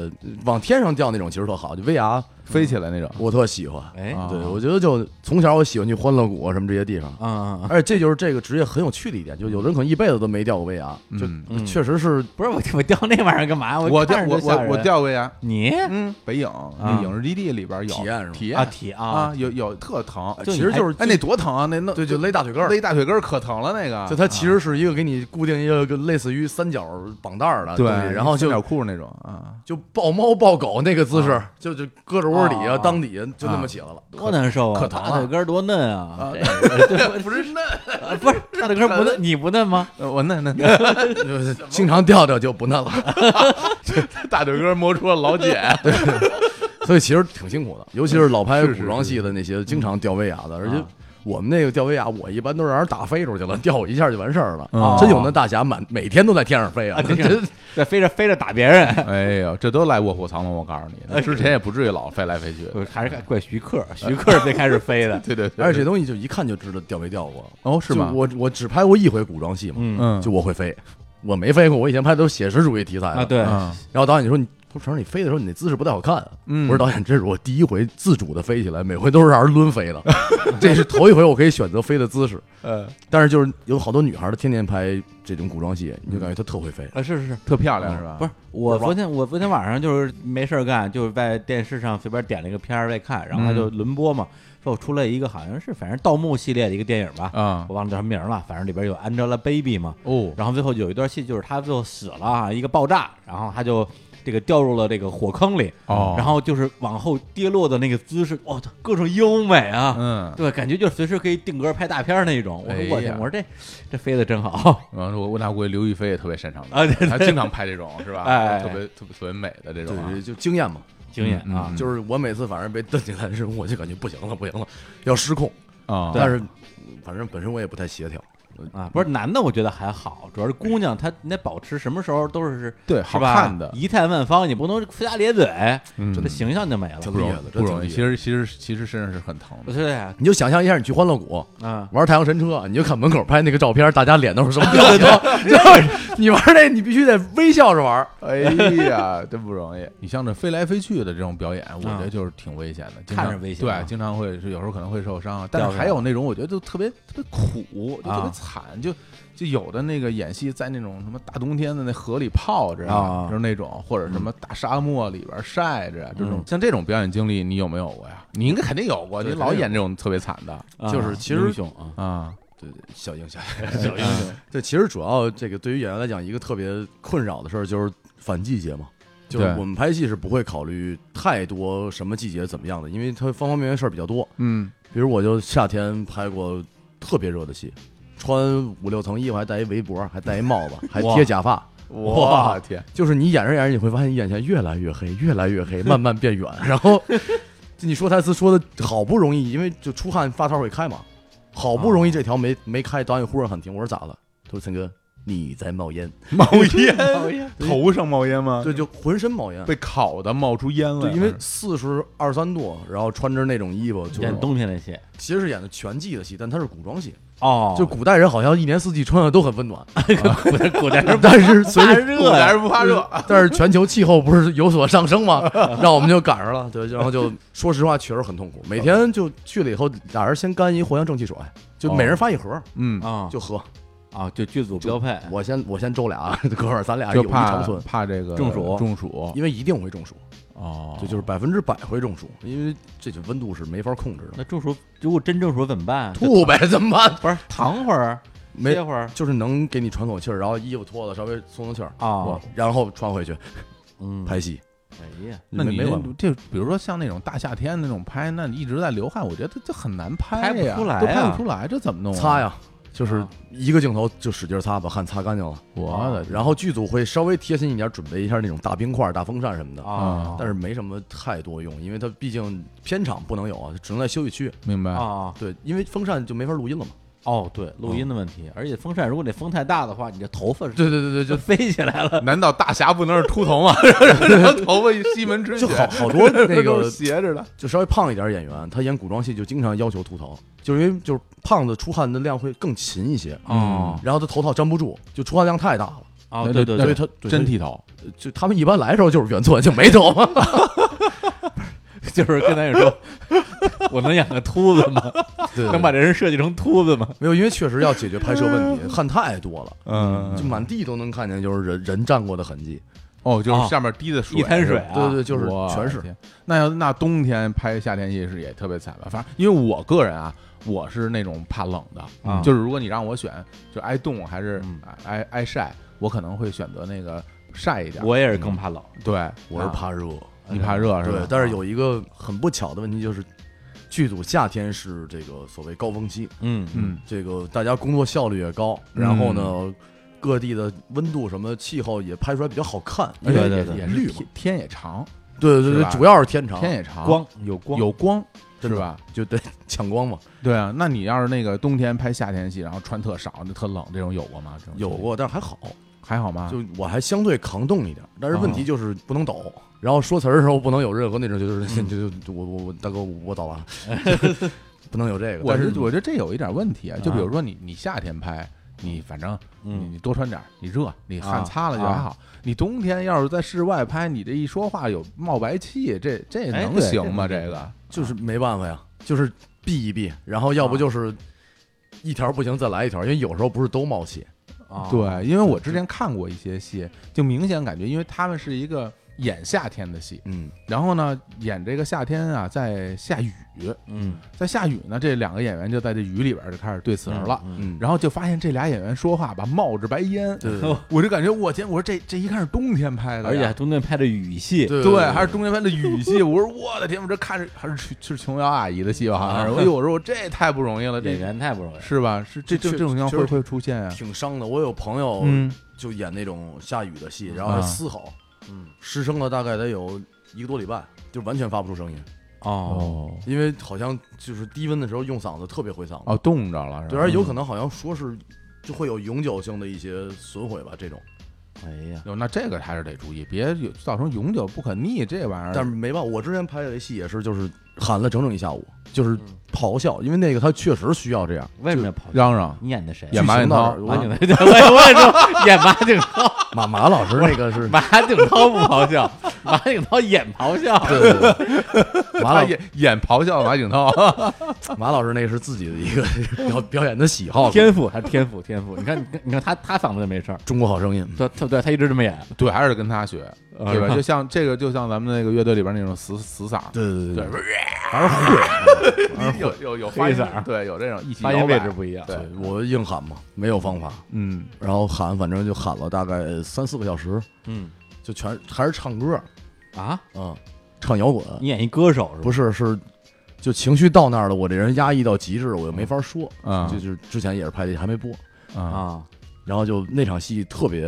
往天上吊那种其实特好，就威亚飞起来那种，我特喜欢。哎，啊对，我觉得就从小我喜欢去欢乐谷啊什么这些地方，嗯，嗯嗯而且这就是这个职业很有趣的一点，就有的人可能一辈子都没吊过威亚，就嗯嗯确实是不是我我吊那玩意儿干嘛呀？我吊看着我就吓我人我吊过呀，你嗯，北影那影视基地里边有体验是吗体啊验体啊，啊，有有特疼，就其你实就是哎，那多疼啊！那那对，就勒大啊腿根儿，勒大腿根儿可疼了，那个就它其实是一个给你固定一个跟类似于三角绑带儿的对东西，，然后小就裤那种啊，就抱猫抱狗那个姿势，就就搁着窝底啊下当底下就那么起 来了。多难受啊！可疼了大腿根儿多嫩啊！不是那啊不是大腿根儿不嫩，你不嫩吗？呃我那那那就是经常吊吊就不嫩 了，大腿根儿磨出了老茧，所以其实挺辛苦的，尤其是老拍是是嗯古装戏的那些经常吊威亚的，而且我们那个吊威亚，我一般都让人打飞出去了，吊我一下就完事儿了。嗯哦真有那大侠满每天都在天上飞啊，啊真是真对，飞着飞着打别人，哎呦，这都赖卧虎藏龙，我告诉你，之前也不至于老飞来飞去。。还是怪徐克，徐克最开始飞的对对对，而且这东西就一看就知道吊没吊过，哦是吗就？我我只拍过一回古装戏嘛， 嗯嗯，就我会飞，我没飞过，我以前拍的都是写实主义题材的啊，对，嗯然后导演就说你。不成，你飞的时候你那姿势不太好看、啊。嗯我说导演，这是我第一回自主的飞起来，每回都是让人抡飞的，这是头一回我可以选择飞的姿势。呃，但是就是有好多女孩儿，她天天拍这种古装戏，你就感觉她特会飞。啊是是是。特漂亮是吧？不是，不我是吧昨天我昨天晚上就是没事儿干，就是在电视上随便点了一个片儿在看，然后他就轮播嘛，说我出来一个好像是反正盗墓系列的一个电影吧，啊我忘了叫什么名儿了，反正里边有 Angelababy 嘛，哦然后最后有一段戏就是她最后死了啊，一个爆炸，然后她就这个掉入了这个火坑里，哦然后就是往后跌落的那个姿势，哇、各种优美啊，嗯，对，感觉就随时可以定格拍大片儿那一种。我说我哎天，呀我说这这飞的真好，然后我我那估计刘亦菲也特别擅长的啊对对她经常拍这种是吧？哎特别特别特别美的这种啊对，就经验嘛。经验啊！嗯就是我每次反正被蹬进来的时候，我就感觉不行了，不行了，要失控。啊，但是嗯反正本身我也不太协调，嗯啊，不是男的，我觉得还好，主要是姑娘，她你得保持什么时候都是对是好吧看的仪态万方，你不能龇牙咧嘴，嗯这的形象就没了。就不容厉害易了不容易，真挺厉害其实其实其实身上是很疼不的，是啊，你就想象一下，你去欢乐谷嗯，玩太阳神车，你就看门口拍那个照片，大家脸都是什么表情？ 就是你玩这，你必须得微笑着玩。哎呀，真不容易。你像这飞来飞去的这种表演，我觉得就是挺危险的，经常看着危险啊对，经常会是有时候可能会受伤，啊但掉是下还来有那种我觉得就特别特别苦，就特啊别惨，就就有的那个演戏在那种什么大冬天的那河里泡着啊就是那种或者什么大沙漠里边晒着啊这种嗯，像这种表演经历你有没有过呀？你应该肯定有过，你对老肯定有演这种特别惨的啊就是其实英雄啊，啊，对对，小英小英 小英雄。对，其实主要这个对于演员来讲，一个特别困扰的事儿就是反季节嘛。就是对我们拍戏是不会考虑太多什么季节怎么样的，因为它方方面面事儿比较多。嗯比如我就夏天拍过特别热的戏，穿五六层衣服，还戴一围脖，还戴一帽子，还贴假发。我天，就是你演着演着，你会发现你眼前越来越黑，越来越黑，慢慢变远。然后就你说台词说的好不容易，因为就出汗发套会开嘛，好不哦容易这条没没开，导演忽然喊停，我说咋了？他说森哥你在 冒烟， 冒 烟，冒烟，头上冒烟吗？对，就浑身冒烟。被嗯烤的冒出烟来对，，因为四十二三度，然后穿着那种衣服，就是演冬天那些其实是演的全季的戏，但它是古装戏，哦，就古代人好像一年四季穿的都很温暖， 古代古代哎人但是随怕着热呀，是不怕热，嗯但是全球气候不是有所上 升吗？让我们就赶上了，对，然后就说实话确实很痛苦，每天就去了以后，俩人先干一藿香正气水，就每人发一盒嗯，啊就喝。啊，就剧组标配，我先我先周俩，啊哥们儿咱俩就友谊怕长存，怕这个中暑中暑因为一定会中暑，哦，这就是百分之百会中暑，因为这就温度是没法控 制的。那中暑如果真中暑怎么办？吐呗，怎么办？不是躺会儿，没歇会儿就是能给你喘口气儿，然后衣服脱了稍微松松气儿，啊，然后穿回去嗯，拍戏。哎呀，那你没办法这比如说像那种大夏天那种拍，那你一直在流汗，我觉得这这很难拍拍不呀，出来都拍呀不出来，这怎么弄？擦！呀，就是哦啊一个镜头就使劲擦，把汗擦干净了。啊我的然后剧组会稍微贴心一点，准备一下那种大冰块、大风扇什么的，啊，但是没什么太多用，因为它毕竟片场不能有啊，只能在休息区。明白啊对，因为风扇就没法录音了嘛。哦，对，录音的问题，而且风扇，如果那风太大的话，你这头发对对 对就飞起来了。难道大侠不能是秃头吗？ 然后头发一西门吹就好好多 那都 是个斜着的，就稍微胖一点演员，他演古装戏就经常要求秃头，就是因为就是胖子出汗的量会更勤一些，哦然后他头套粘不住，就出汗量太大了，啊，那对对就那所对以，他对真所以剃头，就他们一般来的时候就是原寸就没头发。就是跟咱也说， 我能养个秃子吗？对能把这人设计成秃子吗？没有，因为确实要解决拍摄问题，汗太多了。嗯就满地都能看见，就是人人站过的痕迹。哦，就是哦下面滴的水，一滩水是吧啊对对，就是我全是。天。那要那冬天拍夏天戏是也特别惨吧？反正因为我个人啊，我是那种怕冷的，啊就是如果你让我选，就挨冻还是嗯挨挨挨晒，我可能会选择那个晒一点。我也是更怕冷，对，我是啊怕热，你怕热啊是吧？对。但是有一个很不巧的问题就是，剧组夏天是这个所谓高峰期，嗯嗯这个大家工作效率也高，嗯然后呢，各地的温度什么气候也拍出来比较好看，因而为且对对也对也绿是嘛天天也长，对对哎是对吧，主要是天长，天也长，光啊有光有光真是的吧？就得 抢光嘛。对啊，那你要是那个冬天拍夏天戏，然后穿特少，那特冷，这种有过吗？这种有过，但是还好，还好吗？就我还相对抗冻一点，但是问啊题就是不能抖。然后说词儿的时候不能有任何那种就是就就我我我大哥我我倒了，不能有这个。我但是是我觉得这有一点问题啊，就啊比如说你你夏天拍，你反正你嗯你多穿点儿，你热，你啊汗擦了就还啊好。你冬天要是在室外拍，你这一说话有冒白气，这这哎能对行吗？这啊这个就是没办法呀，就是避一避，然后要不就是一条不行再来一条，因为有时候不是都冒气，啊，对，因为我之前看过一些戏，就明显感觉，因为他们是一个演夏天的戏，嗯，然后呢演这个夏天啊，在下雨，嗯，在下雨呢，这两个演员就在这雨里边就开始对词儿了。嗯嗯，然后就发现这俩演员说话吧，冒着白烟，对对 我就感觉我天，我说这这一看是冬天拍的呀，而且还中间拍的雨戏，对对，还是中间拍的雨戏， 我说我的天，我这看着还是是琼瑶阿姨的戏吧，好像是，啊我有时候这太不容易了，演这员太不容易了。是吧？是这这这确种情况确会实会出现啊？挺伤的。我有朋友嗯就演那种下雨的戏，然啊后还嘶吼，嗯，失声了大概得有一个多礼拜，就完全发不出声音，哦，因为好像就是低温的时候用嗓子特别毁嗓子。哦，冻着了是吧？对，而且有可能好像说是就会有永久性的一些损毁吧，这种，哎呀，有那这个还是得注意，别有造成永久不可逆这玩意儿。但是没办法，我之前拍的戏也是，就是喊了整整一下午，就是咆哮，因为那个他确实需要这样。为什么要跑？嚷嚷你演的谁？演马景涛，马景涛， 对我也我也说演马景涛，马马老师那个是马景涛不咆哮，马景涛演咆哮。对对对，马 他老演演咆哮的马景 涛，马老师那是自己的一个 表表演的喜好。天赋还是天赋，天赋！你看，你看，你看他，他嗓子就没事儿，中国好声音，对，他对他一直这么演，对，还是得跟他学，啊对是吧吧？就像这个，就像咱们那个乐队里边那种死死嗓儿，对对对对，反正会。 有有有发黑音色儿对，有这种一起发音摇位摆置不一样。对，对我硬喊嘛，没有方法，嗯，然后喊，反正就喊了大概三四个小时，嗯就全还是唱歌，啊，嗯，唱摇滚，你演一歌手是吧？不是是。就情绪到那儿了，我这人压抑到极致了，我又没法说。啊就就是之前也是拍的，还没播。啊，啊，然后就那场戏特别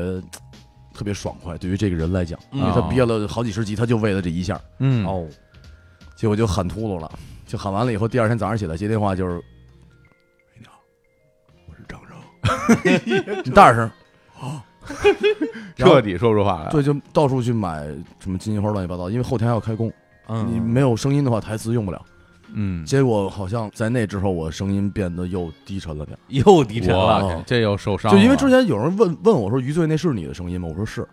特别爽快，对于这个人来讲，因为他哦憋了好几十集，他就为了这一下，嗯，哦，结果就喊秃噜了。就喊完了以后，第二天早上起来接电话就是：“喂，你好，我是张生。”你 大点声。然后彻底说不出话来了。对，就到处去买什么金银花乱七八糟，因为后天还要开工，嗯，你没有声音的话，台词用不了。嗯，结果好像在那之后，我声音变得又低沉了点。又低沉我了，天这又受伤了，就因为之前有人问问我说：“余罪那是你的声音吗？”我说是，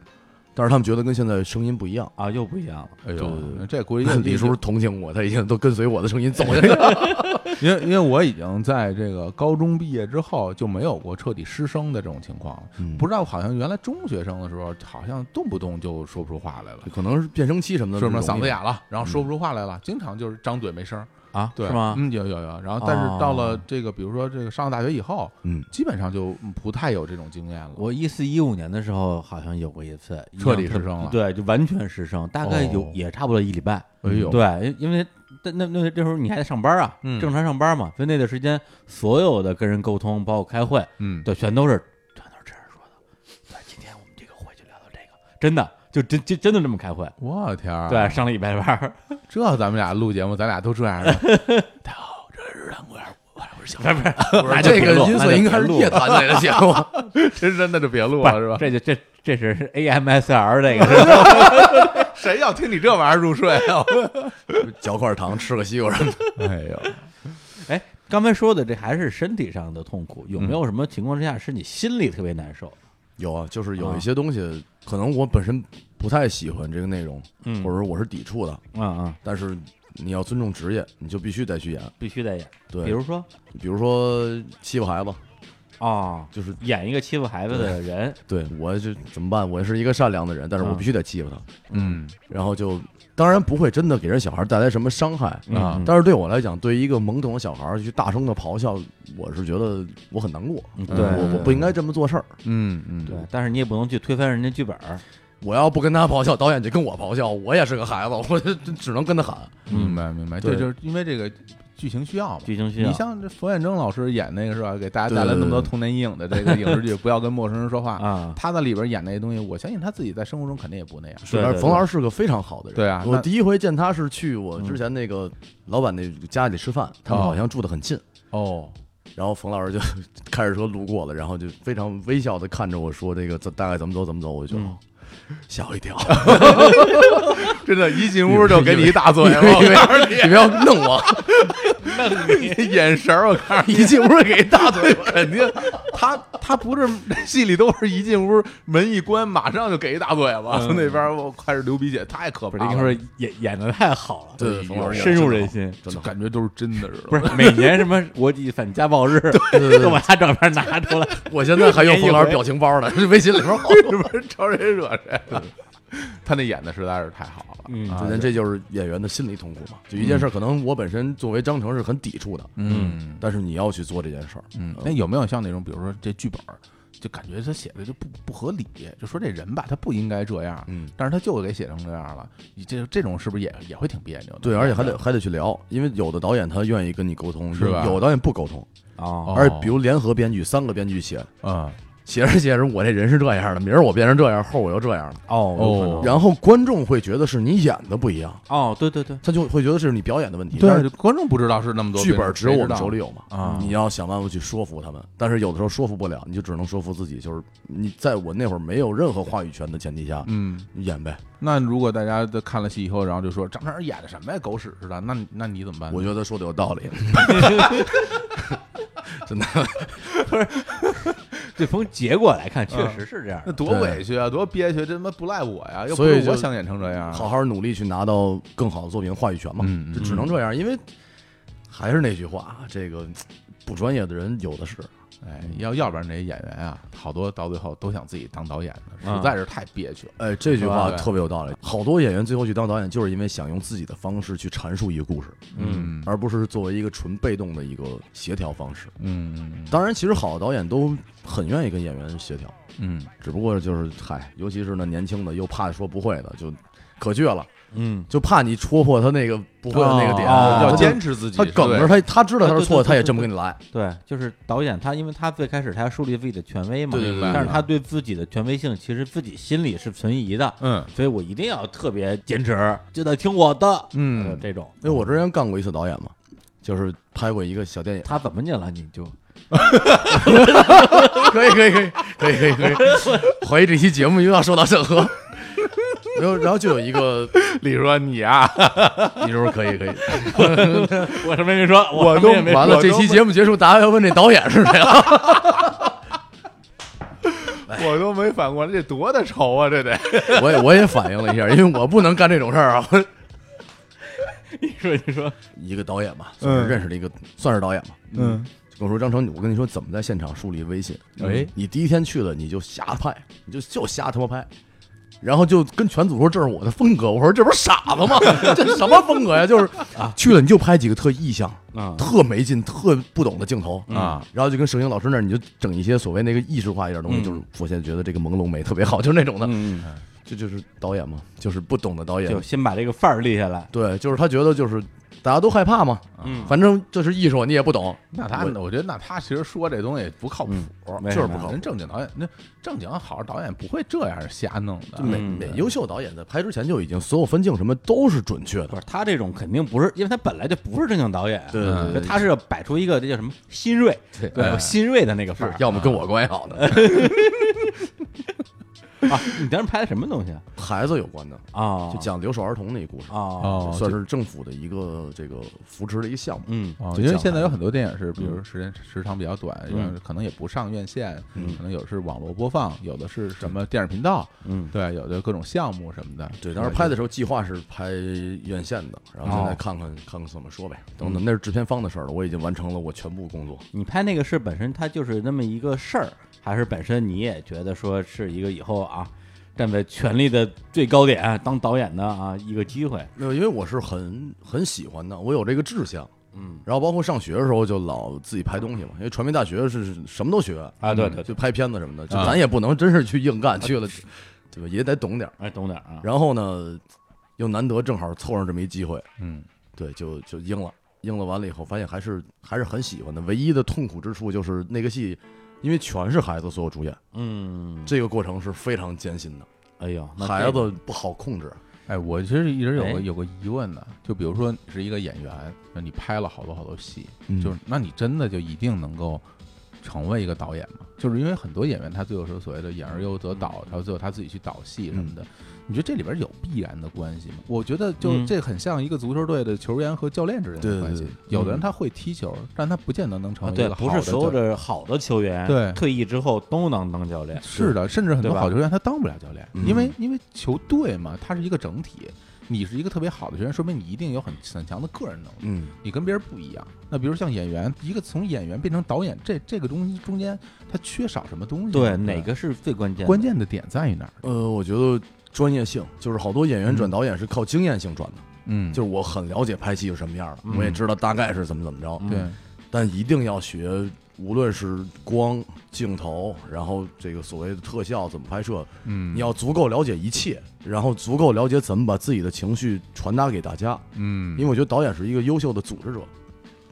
但是他们觉得跟现在声音不一样。啊，又不一样了。哎对呦对，对那这 估计 那李叔同情我，他已经都跟随我的声音走下去了。因为因为我已经在这个高中毕业之后就没有过彻底失声的这种情况了。不知道，好像原来中学生的时候，好像动不动就说不出话来了，可能是变声期什么的，说什么嗓子，哑了，然后说不出话来了，经常就是张嘴没声儿，啊，对是吗？嗯，有有有。然后，但是到了这个，比如说这个上了大学以后，嗯，基本上就不太有这种经验了。我一四一五年的时候好像有过一次彻底一样特失声了对，就完全失声，大概有、哦也差不多一礼拜。哎呦，对，因因为那那那那时候你还在上班啊，嗯正常上班嘛，所以那段时间所有的跟人沟通，包括开会，嗯，对，全都是全都是这样说的。对，今天我们这个会就聊到这个，真的就真就真的这么开会。我天儿，对，，上了一百班 儿，这咱们俩录节目，咱俩都这样的。大家好，这是蓝国园，我是小不是不是这个音色应该是夜弹类的节目， 真真的就别录了是吧？这就这这是 AMSR 这个 是吧谁要听你这玩意儿入睡啊？嚼块糖，吃个西瓜什么 的。哎呦，哎，刚才说的这还是身体上的痛苦，有没有什么情况之下是你心里特别难受？有啊，就是有一些东西，可能我本身不太喜欢这个内容，嗯或者说我是抵触的，嗯啊啊，但是你要尊重职业，你就必须得去演。必须得演。对，比如说比如说欺负孩子，啊，就是演一个欺负孩子的人，对我就怎么办？我是一个善良的人，但是我嗯必须得欺负他。嗯然后就当然不会真的给人小孩带来什么伤害，啊嗯但是对我来讲，对于一个懵懂的小孩儿去大声的咆哮，我是觉得我很难过，嗯嗯对我我不应该这么做事儿。嗯嗯，对，但是你也不能去推翻人家剧本儿，我要不跟他咆哮，导演就跟我咆哮，我也是个孩子，我就只能跟他喊。明白明白，这对就是因为这个剧情需要嘛。嗯剧情需要你。像这冯远征老师演那个是吧，给大家对带来对那么多对童年阴影的这个影视剧，不要跟陌生人说话。啊，他在里边演那些东西，我相信他自己在生活中肯定也不那样。对但对是冯老师是个非常好的人。对啊那我第一回见他是去我之前那个老板那家里吃饭，他们好像住得很近，哦，然后冯老师就开着车路过了，然后就非常微笑的看着我说：“这个怎大概怎么走怎么走？”我就觉得、嗯吓我一跳，真的，一进屋就给你一大嘴巴， 以为我告诉你不要弄我，你，眼神儿，我告诉你，一进屋给一大嘴巴。 肯定哎他他不是戏里都是一进屋门一关，马上就给一大嘴巴，嗯那边我开始流鼻血，太可不是，怕应了。该说演演的太好了，对，冯老师深入人心。就感觉都是真的似的，不是每年什么国际反家暴日， 都把他照片拿出来， 我现在还用冯老师表情包呢，微信里面好多。是不是招谁惹谁了？ 他那演的实在是太好了，嗯 啊首，先这就是演员的心理痛苦嘛。就一件事儿，可能我本身作为张成是很抵触的，嗯但是你要去做这件事儿，呃嗯，那有没有像那种，比如说这剧本儿，就感觉他写的就不不合理，就说这人吧，他不应该这样，嗯，但是他就给写成这样了，你这这种是不是也也会挺别扭的？对，而且还得还得去聊，因为有的导演他愿意跟你沟通，是吧有有导演不沟通，哦，而且比如嗯联合编剧三个编剧写，啊，写着 写着我这人是这样的，明儿我变成这样，后儿我又这样了，哦哦然后观众会觉得是你演的不一样，哦，对对对，他就会觉得是你表演的问题，对但啊，是就观众不知道是那么多剧本只有我谁知们道手里有嘛。啊，你要想办法去说服他们，但是有的时候说服不了，你就只能说服自己。就是你在我那会儿没有任何话语权的前提下，嗯，演呗。那如果大家都看了戏以后，然后就说张成演的什么呀，狗屎似的，那你那你怎么办呢？我觉得说的有道理，真的。这从结果来看，确实是这样那的。多委屈啊，多憋屈，这他妈不赖我呀，又不所以是就我想演成这样。好，好努力去拿到更好的作品话语权嘛，嗯嗯就只能这样。因为还是那句话，啊这个不专业的人有的是。哎，要要不然这些演员啊，好多到最后都想自己当导演的，啊实在是太憋屈了。哎，这句是话吧特别有道理。好多演员最后去当导演，就是因为想用自己的方式去阐述一个故事，嗯而不是作为一个纯被动的一个协调方式。嗯当然，其实好的导演都很愿意跟演员协调，嗯只不过就是嗨，尤其是那年轻的又怕说不会的，就可倔了，嗯，就怕你戳破他那个不会的那个点，哦他要就坚持自己，他梗着对他，他知道他是对对错，对对的，他也这么跟你来。对，就是导演他，因为他最开始他要树立自己的权威嘛，对对对对但是他对自己的权威性，其实自己心里是存疑的，嗯所以我一定要特别坚持，就得听我的，嗯呃这种。，因为我之前干过一次导演嘛，就是拍过一个小电影他怎么你了？你就可以可以可以可以可以可以，怀疑这期节目又要受到审核。然后，然后就有一个，李说你啊，你说可 以可以，我什么也没说，我都完了这期节目结束，大家要问这导演是谁了？我都没反过来，这多大仇啊，这得。 我也我也反应了一下，因为我不能干这种事儿啊。 你说你说，一个导演吧，算是认识了一个，算是导演吧。嗯就跟我说张成，我跟你说怎么在现场树立威信。哎你第一天去了你就瞎拍，你就就瞎他妈拍，然后就跟全组说这是我的风格。我说这不是傻子吗？ 这什么风格呀？就是去了你就拍几个特意象、啊特没劲、特不懂的镜头。啊，然后就跟摄影老师那儿，你就整一些所谓那个艺术化一点东西，嗯就是我现在觉得这个朦胧美特别好，就是那种的，嗯，这就是导演嘛，就是不懂的导演就，先把这个范儿立下来。对，就是他觉得就是大家都害怕嘛，嗯，反正这是艺术，你也不懂， 那他，我觉得那他其实说这东西不靠谱，为就是什么不靠谱。人正经导演，那正经好导演不会这样瞎弄的。每嗯每优秀导演在拍之前就已经所有分镜什么都是准确不的，是他这种肯定不是，因为他本来就不是正经导演，啊对对哎对他是要摆出一个这叫什么新锐，对对，新锐的那个范儿。要么跟我关系好的，啊，你当时拍的什么东西啊？孩子有关的，啊，就讲留守儿童那一故事，啊，哦，算是政府的一个这个扶持的一个项目。嗯哦，就因为讲现在孩有子很多电影是，比如时间时长比较短，然后可能也不上院线，可能有是网络播放，有的是什么电视频道，嗯，对，有的各种项目什么的。对，当时拍的时候计划是拍院线的，然后现哦在看看看看怎么说呗。等嗯等，那是制片方的事儿了，我已经完成了我全部工作。你拍那个事本身它就是那么一个事儿，还是本身你也觉得说是一个以后啊，站在权力的最高点当导演的啊一个机会？没有，因为我是很很喜欢的，我有这个志向。嗯，然后包括上学的时候就老自己拍东西嘛，因为传媒大学是什么都学嗯啊对对对就拍片子什么的，就啊咱也不能真是去硬干去了，对吧？也得懂点儿。哎，懂点儿啊，然后呢，又难得正好凑上这么一机会，嗯，对，就就应了，应了完了以后，发现还是还是很喜欢的。唯一的痛苦之处就是那个戏，因为全是孩子所有主演，嗯，这个过程是非常艰辛的，哎呦，那孩这子不好控制。哎，我其实一直有哎个有个疑问呢，就比如说你是一个演员，那你拍了好多好多戏，嗯就是那你真的就一定能够成为一个导演吗？就是因为很多演员他最后是所谓的演而优嗯则导，他最后他自己去导戏什么的。你觉得这里边有必然的关系吗？我觉得就嗯这很像一个足球队的球员和教练之间的对关系对对。有的人他会踢球，但他不见得能嗯成啊，为一对，个好不的是所有教练。的好的球员对退役之后都能当教练，是的，甚至很多对吧好球员他当不了教练，嗯因为因为球队嘛，它是一个整体。你是一个特别好的球员，说明你一定有很很强的个人能力。嗯，你跟别人不一样。那比如像演员，一个从演员变成导演，这这个东西中间他缺少什么东西呢？对，哪个是最关键的？关键的点在于哪儿？呃，我觉得专业性，就是好多演员转导演是靠经验性转的，嗯，就是我很了解拍戏是什么样的，嗯我也知道大概是怎么怎么着，对，但一定要学，无论是光镜头，然后这个所谓的特效怎么拍摄，嗯，你要足够了解一切，然后足够了解怎么把自己的情绪传达给大家，嗯，因为我觉得导演是一个优秀的组织者。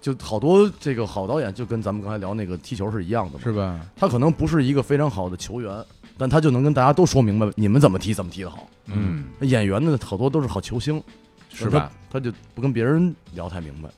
就好多这个好导演，就跟咱们刚才聊那个踢球是一样的嘛，是吧？他可能不是一个非常好的球员，但他就能跟大家都说明白你们怎么踢怎么踢的好。嗯，演员呢，好多都是好球星，是吧？他？他就不跟别人聊太明白。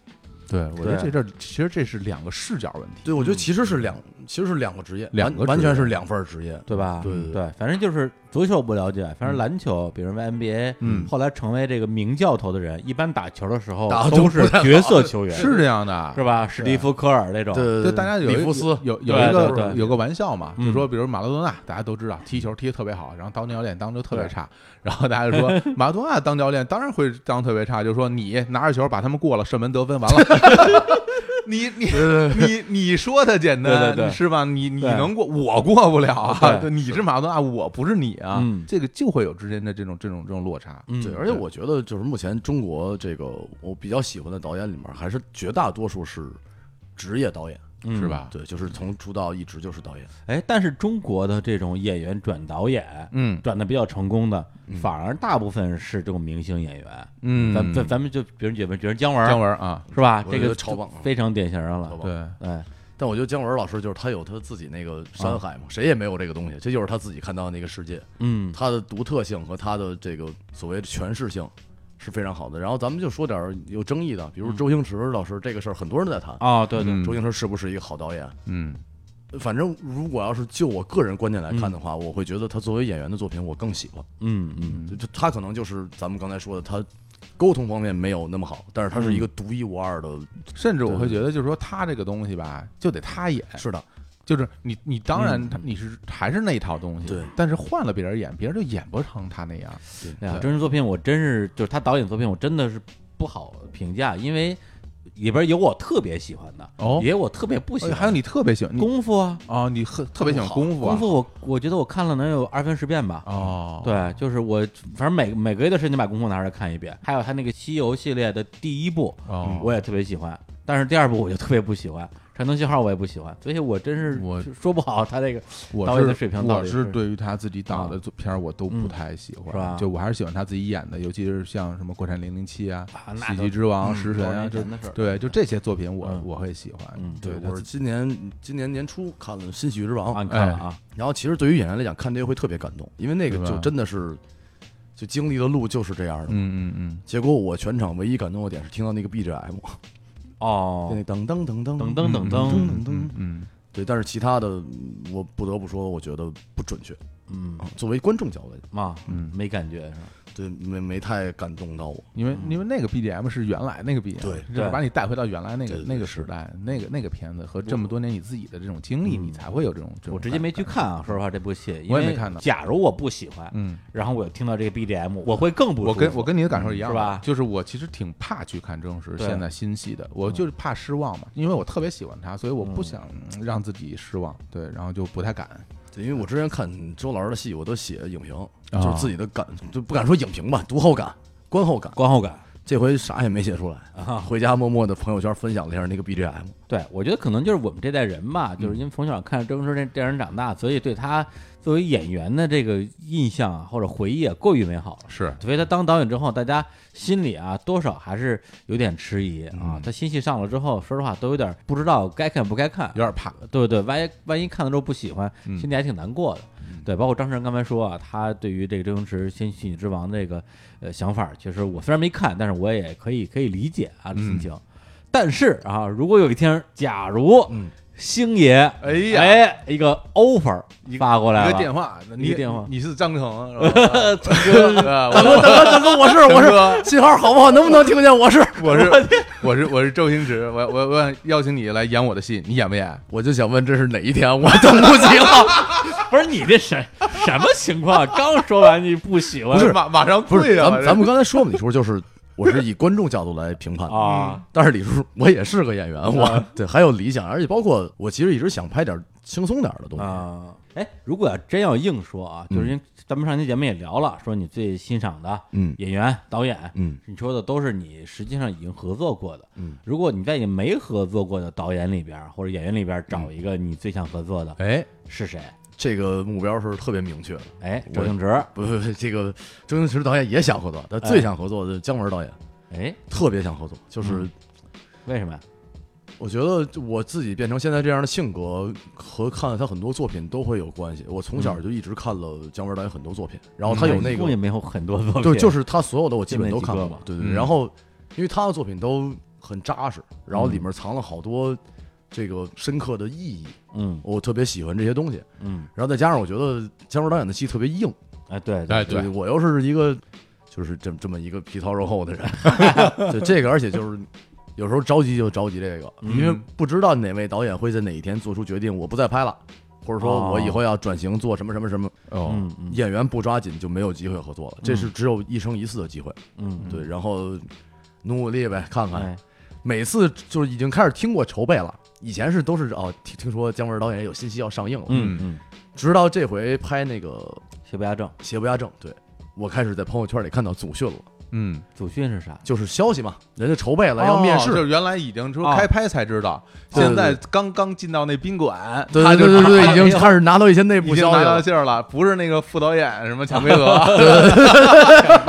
对，我觉得这对这其实这是两个视角问题。对，我觉得其实是两，其实是两个职业，两个完完职业全是两份儿职业。对吧？对对对反正就是足球不了解，反正篮球，比如说 NBA，嗯后来成为这个名教头的人，一般打球的时候打得都都是不太好角色球员，是这样的，是吧？史蒂夫·科尔那种，对就大家有一里弗斯，有有对一对个对有个玩笑嘛，嗯就说比如马拉多纳，大家都知道踢球踢得特别好，然后当教练当的特别差，然后大家就说 马拉多纳当教练当然会当特别差，就说你拿着球把他们过了，射门得分完了。 你你你你说的简单对对对是吧？你你对能过，我过不了啊！对对你是马拉多纳，我不是你啊嗯！这个就会有之间的这种这种这种落差。嗯，对，而且我觉得就是目前中国这个我比较喜欢的导演里面，还是绝大多数是职业导演，嗯是？吧？对，就是从出道一直就是导演。哎，但是中国的这种演员转导演，嗯转的比较成功的，反而大部分是这种明星演员。嗯，咱咱咱们就比如觉得觉得姜文，姜文啊，是吧？我这觉个得超棒就非常典型的超了。棒对，哎，但我觉得姜文老师就是他有他自己那个山海嘛，谁也没有这个东西，这就是他自己看到的那个世界，嗯，他的独特性和他的这个所谓的诠释性是非常好的。然后咱们就说点儿有争议的，比如周星驰老师这个事儿，很多人在谈，哦，对对，嗯周星驰是不是一个好导演？嗯反正如果要是就我个人观点来看的话，我会觉得他作为演员的作品我更喜欢。嗯嗯，就就他可能就是咱们刚才说的，他沟通方面没有那么好，但是他是一个独一无二的。嗯甚至我会对觉得，就是说他这个东西吧，就得他演，是的，就是你你当然嗯他你是还是那一套东西，对但是换了别人演，别人就演不成他那样，哎呀，对真人作品我真是就是他导演作品我真的是不好评价，因为里边有我特别喜欢的，哦也有我特别不喜哎欢的。还有你特别喜欢你功夫啊，哦，你很特别喜欢功夫啊，功夫我我觉得我看了能有二三十遍吧。哦，，对，就是我，反正每每个月的时间把功夫拿出来看一遍，还有他那个《西游》系列的第一部，哦，我也特别喜欢，但是第二部我就特别不喜欢，《长灯信号》我也不喜欢，所以我真是我说不好他这个，我导演的水平是到我底是是对于他自己导的作片儿我都不嗯太喜欢，是吧就我还是喜欢他自己演的，尤其是像什么《国产零零七》啊，啊那喜都剧之王》嗯《食神》啊，多少年就前的事儿对，就这些作品我嗯我会喜欢，嗯对，哦他我是今年今年年初看了《新喜剧之王》啊，你看了啊，哎然后其实对于演员来讲，看这个会特别感动，因为那个对吧就真的是，就经历的路就是这样的。嗯嗯嗯，结果我全场唯一感动的点是听到那个 BGM，就哦那，噔噔噔噔噔噔噔噔，嗯嗯嗯，对，但是其他的嗯我不得不说，我觉得不准确。嗯啊作为观众角度来讲，啊，嗯没感觉是吧？对，没没太感动到我。因为因为那个 BGM 是原来那个 BGM，对就是对把你带回到原来那个对对对那个时代，那个那个片子和这么多年你自己的这种经历，嗯你才会有这种这种。我直接没去。看啊，说实话这部戏，因我也为没看呢假如我不喜欢，嗯，然后我听到这个 BGM，我会更不舒服。我跟我跟你的感受一样，啊是吧嗯就是我其实挺怕去看周星驰对现在新戏的，我就是怕失望嘛，因为我特别喜欢他，所以我不想让自己失望，对，然后就不太敢。对，因为我之前看周老师的戏，我都写影评，啊就是自己的感，就不敢说影评吧，读后感、观后感。观后 感这回啥也没写出来，啊，回家默默的朋友圈分享了一下那个 BGM。对，我觉得可能就是我们这代人嗯吧，就是因为从小看着周星驰这这样人长大，所以对他作为演员的这个印象啊或者回忆啊过于美好了。 是，所以他当导演之后，大家心里啊多少还是有点迟疑嗯啊。他新戏上了之后，说实话都有点不知道该看不该看有，点怕。对不对？万一万一看了之后不喜欢，嗯心里还挺难过的。对，包括张晨刚才说啊，他对于这个周星驰《新喜剧之王》这个呃想法，其实我虽然没看，但是我也可以可以理解啊这嗯心情。但是啊，如果有一天，假如嗯星爷哎哎一个 offer 一个发过来啊一了个，电话，一你个电话你是张成，是吧 啊大我哥，大哥，大哥，我是我成是，哥，信号好不好？能不能听见？我是，我是我是我是周星驰，我我我想邀请你来演我的戏，你演不演？ 我就想问，这是哪一天？我等不及 了。不是你这什什么情况？刚说完你不喜欢，马马上啊不是，呀咱们咱们刚才说嘛，李叔就是，我是以观众角度来评判的嗯啊， 但是李叔，我也啊是个演员，我对还有理想，而且包括我其实一直想拍点轻松点的东西，啊，哎，如果要真要硬说啊，嗯就是因为咱们上期节目也聊了，说你最欣赏的嗯演员、导演，嗯，你说的都是你实际上已经合作过的。嗯，如果你在你没合作过的导演里边儿或者演员里边儿找一个你最想合作的哎，是谁？这个目标是特别明确的。哎，嗯我周星驰。不不不，这个周星驰导演也想合作，他哎最想合作的是姜文导演，哎，特别想合作。嗯就是为什么呀？我觉得我自己变成现在这样的性格和看了他很多作品都会有关系。我从小就一直看了姜文导演很多作品，然哦后他有那一个共嗯也没有很多作品，对，就是他所有的我基本都看就那几过个吧，对对。嗯对然后，因为他的作品都很扎实，然后里面藏了好多这个深刻的意义，嗯我特别喜欢这些东西。嗯，然后再加上我觉得姜文导演的戏特别硬，哎，对哎，对对，我又是一个就是这么这么一个皮糙肉厚的 人，就这个，而且就是。有时候着急就着急这个，因嗯为不知道哪位导演会在哪一天做出决定，我不再拍了，或者说我以后要转型做什么什么什么，哦，嗯哦嗯演员不抓紧就没有机会合作了，这是只有一生一次的机会。嗯，对，然后努努力呗，看看。哎，每次就是已经开始听过筹备了，以前是都是哦，听听说姜文导演有新戏要上映了，嗯嗯，直到这回拍那个邪不压正， 《邪不压正》，对我开始在朋友圈里看到祖训了，嗯，祖训是啥？就是消息嘛，人家筹备了要面试，啊哦就是原来已经说哦开拍才知道，对现在对刚刚进到那宾馆，对他就对对对他对，已经开始拿到一些内已部经消拿息到了。信儿了，不是那个副导演什么蒋培 娥，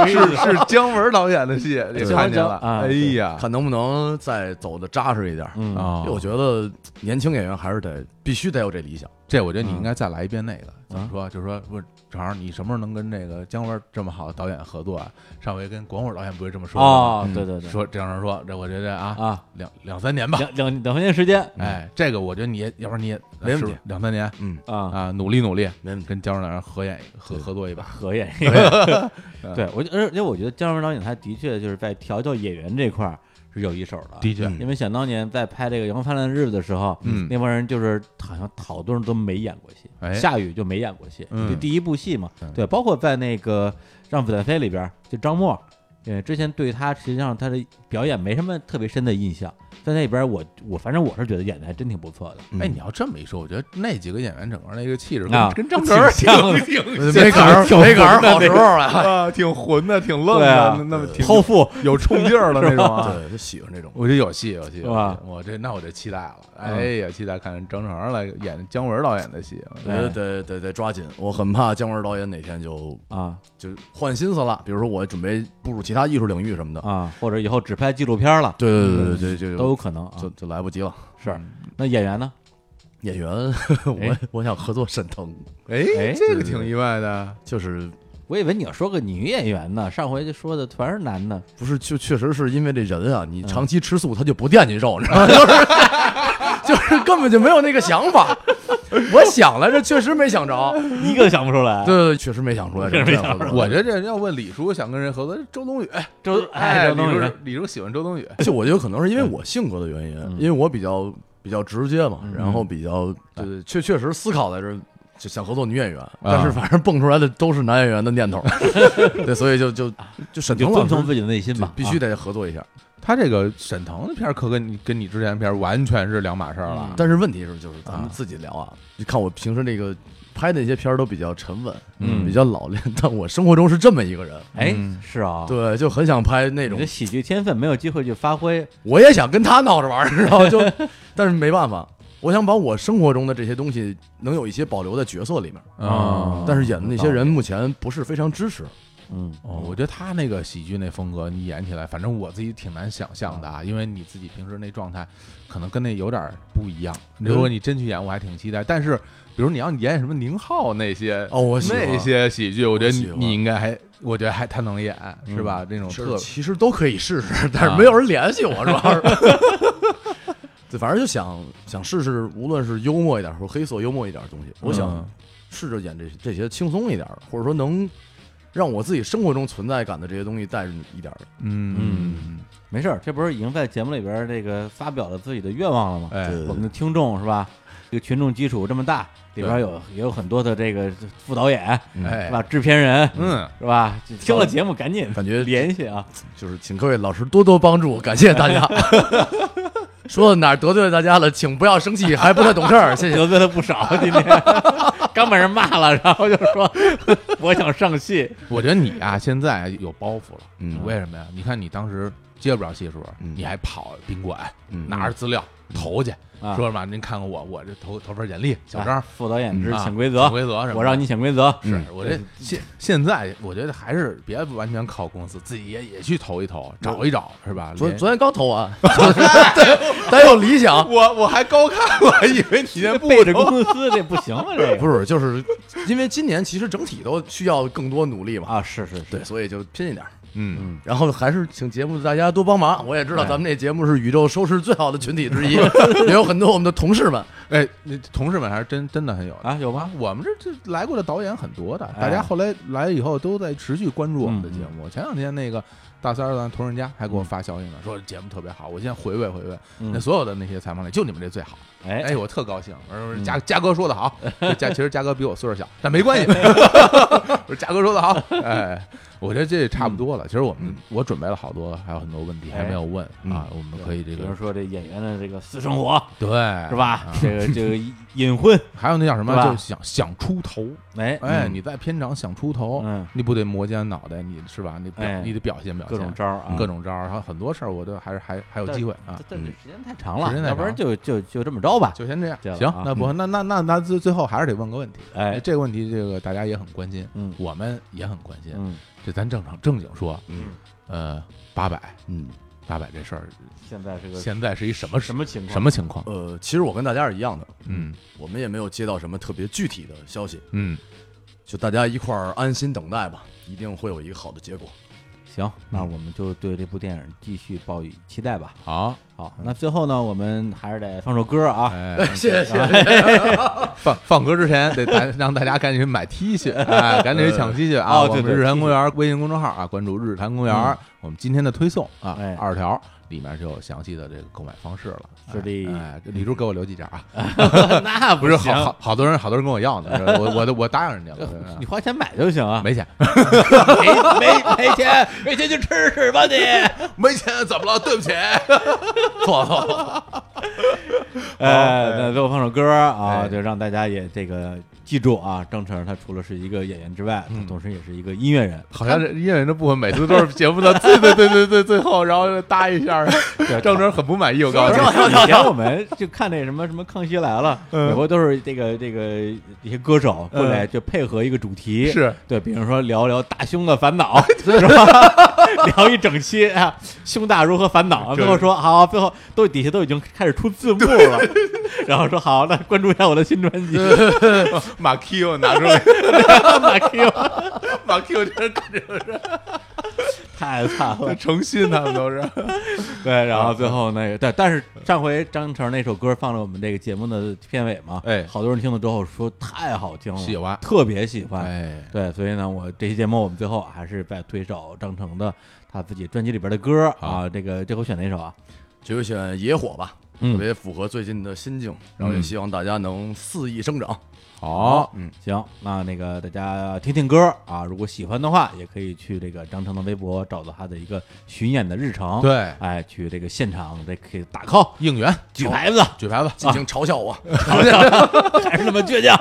是 是姜文导演的戏也看见姜了，啊哎呀，看能不能再走的扎实一点，嗯啊因为我觉得年轻演员还是得必须得有这理想。这我觉嗯得你应该再来一遍那个，怎么啊说？就是说，问正好你什么时候能跟这个姜文这么好的导演合作啊？上回跟广武导演不是这么说的吗哦，对对对，说姜文说，这我觉得啊，啊，两两三年吧。两两两块钱时间哎，这个我觉得你也，要不然你也嗯没问题是不是两三年啊，啊，努力努力，没问题跟姜文导演合演合合作一把。合演。 对，我就而且我觉得姜文导演他的确就是在调教演员这块儿是有一手的，的确，因为想当年在拍这个《阳光灿烂的日子》的时候，嗯那帮人就是好像好多人都没演过戏，哎夏雨就没演过戏，嗯就第一部戏嘛嗯，对，包括在那个《让子弹飞》里边，就张默，呃，之前对他实际上他的表演没什么特别深的印象，在那里边我我反正我是觉得演的还真挺不错的，嗯哎， 你要这么一说，我觉得那几个演员整个那个气质啊跟跟张哲儿挺像的挺没赶上没赶上好时候啊，啊，挺混的，挺愣对啊的，那么挺剖腹有冲劲 儿的那种啊。对，就喜欢这种。我觉得有戏，有戏，有戏是吧我这那我就期待了，哎呀，期待看张成来演姜文导演的戏。哎我觉得得得得抓紧，我很怕姜文导演哪天就啊就换心思了，比如说我准备步入其他艺术领域什么的，啊，或者以后只拍纪录片了，对嗯对对对对，就都有可能啊就。就来不及了。是，那演员呢？演员， 我我想合作沈腾，哎哎，这个挺意外的，就是我以为你要说个女演员呢，上回就说的全是男的，不是就确实是因为这人啊，你长期吃素他就不惦记肉，你知道吗？ 就是就是根本就没有那个想法。我想来着，确实没想着，一个想不出来。对，哦对确实没想出来这个合作。我觉得这要问李叔想跟谁合作，周冬雨，周嗯哎，哎，周李冬雨叔，李叔喜欢周冬雨，就我觉得可能是因为我性格的原因，因为我比较比较直接嘛，然后比较对，确确实思考在这儿。就想合作女演员，但是反正蹦出来的都是男演员的念头， 对，所以就就就沈腾就老遵从师自己的内心吧，啊必须得合作一下。他这个沈腾的片儿可跟你跟你之前的片儿完全是两码事儿了。但是问题是，就是咱们自己聊啊，就看我平时那个拍那些片儿都比较沉稳，嗯比较老练，但我生活中是这么一个人，哎嗯，是啊，对，就很想拍那你种的，喜剧天分没有机会去发挥，我也想跟他闹着玩儿，然后就，但是没办法，我想把我生活中的这些东西能有一些保留在角色里面，啊但是演的那些人目前不是非常支持，嗯，哦，我觉得他那个喜剧那风格，你演起来，反正我自己挺难想象的啊，因为你自己平时那状态，可能跟那有点儿不一样。如果你真去演，我还挺期待。但是，比如你要演什么宁浩那些哦我喜欢那些喜啊剧，我觉得我喜你欢你应该还，我觉得还他能演是吧？那种特啊是其实都可以试试，但是没有人联系我，主要 是。对，反正就想想试试，无论是幽默一点儿或者黑色幽默一点儿的东西，我想嗯试着演这这些轻松一点儿的，或者说能让我自己生活中存在感的这些东西带着你一点儿的。嗯，没事儿，这不是已经在节目里边这个发表了自己的愿望了吗？哎对我们的听众是吧？这个群众基础这么大，里边对有也有很多的这个副导演是吧？哎，制片人嗯，是吧？听了节目赶紧 感觉联系啊！ 就是请各位老师多多帮助，感谢大家。说到哪儿得罪了大家了，请不要生气，还不太懂事儿，谢谢。 得罪了不少。今天刚把人骂了，然后就说我想上戏，我觉得你啊，现在有包袱了。嗯为什么呀？你看你当时接不着戏的时候，嗯你还跑宾馆嗯拿着资料投去，啊说什么？您看看我，我这投投份简历， 小张哎。副导演之啊潜规则潜，规则什么嗯的我让你嗯潜规则，是我这现现在，我觉得还是别完全靠公司，自己也也去投一投，找一找，是吧？昨连昨天刚投 完， 对，咱有理想，我我还高看， 我还以为你那不背着投公司这不 行啊，这个 不是，就是因为今年其实整体都需要更多努力嘛，啊，是是对，是，所以就拼一点儿。嗯，然后还是请节目大家多帮忙。我也知道哎咱们这节目是宇宙收视最好的群体 之一，也有很多我们的同事们。哎，那同事们还是真真的很有的啊，有吗？我们这这来过的导演很多的，哎嗯大家后来来以后都在持续关注我们的节目。前两天那个大三儿的同仁家还给我发消息呢，说节目特别好，我现在回味回味，嗯那所有的那些采访里就你们这最好，哎，嗯哎，我特高兴。我说嘉嘉哥说 的好，这嘉其实嘉哥比我岁数小，但没关系。 我说嘉哥 说的好，哎，我觉得这也差嗯不多了。其实我们我准备了好多，还有很多问哎题还没有问嗯啊，我们可以这比个如说这演员的这个私生活对是？吧啊？这个这个隐婚，还有那 叫什么，对吧就是想想出头，哎哎，嗯你在片场想出头，嗯你不得磨尖脑袋，你是吧？你表、哎你得表现表现各种招儿啊，各种招儿，然后很多事儿我都还是还还有机会啊这，这这时间太长了时间，太要不然长就就就这么着吧。就先这样。这样行啊，那不那那那那最最后还是得问个问题，哎这个问题这个大家也很关心，嗯我们也很关心，嗯，这咱正常正经说，嗯，呃，八百嗯，八百这事儿现在是个现在是一什么什么情况？什么情况？呃，其实我跟大家是一样的，嗯我们也没有接到什么特别具体的消息，嗯，就大家一块儿安心等待吧，一定会有一个好的结果。行，那嗯我们就对这部电影继续抱以期待吧。好，好，那最后呢，我们还是得放首歌啊。哎， 谢谢谢谢。放放歌之前，得咱让大家赶紧去买 T 恤，哎，赶紧去抢 T 恤啊！哦我对们对日坛公园微信公众号啊，关注日坛公园嗯，我们今天的推送啊哎，二条里面就有详细的这个购买方式了。是的哎，哎李叔给我留几件啊？哎 那不是，好好好多人，好多人跟我要呢，是我我我答应人家 了，嗯你花钱买就行啊，没钱，没没没钱，没钱就吃啊屎吧你！没钱怎么了？对不起，错错错，哎，那最后放首歌啊，哎就让大家也这个记住啊，张晨他除了是一个演员之外，他嗯同时也是一个音乐人。好像是音乐人的部分每次都是节目的最最最最最最后，然后搭一下，郑哲很不满意，我告诉你。啊 以前我们就看那什么什么《康熙来了》，嗯美国都是这个这个一些歌手过来就配合一个主题，是对，比如说聊聊大胸的烦 恼，是吧？ 聊一整期啊，胸大如何烦恼？啊对最后说好，最后都底下都已经开始出字幕了， 然后说好，那关注一下我的新专辑《马 Q 拿出来，嗯马 Q》，马 Q 这这太惨了。 诚信，他们都是。对，然后最后那个，但但是上回张成那首歌放在我们这个节目的片尾嘛，哎好多人听了之后说太好听了，喜欢特别喜欢。哎，对，所以呢，我这期节目我们最后还是再推首张成的他自己专辑里边的歌啊，这个这回选哪首啊？就选野火吧，嗯特别符合最近的心境，然后也希望大家能肆意生长。好，嗯，行，那那个大家听听歌啊，如果喜欢的话，也可以去这个张成的微博找到他的一个巡演的日程，对哎，去这个现场这可以打 call 应援举牌子， 举牌子，尽情嘲笑我，还是那么倔强，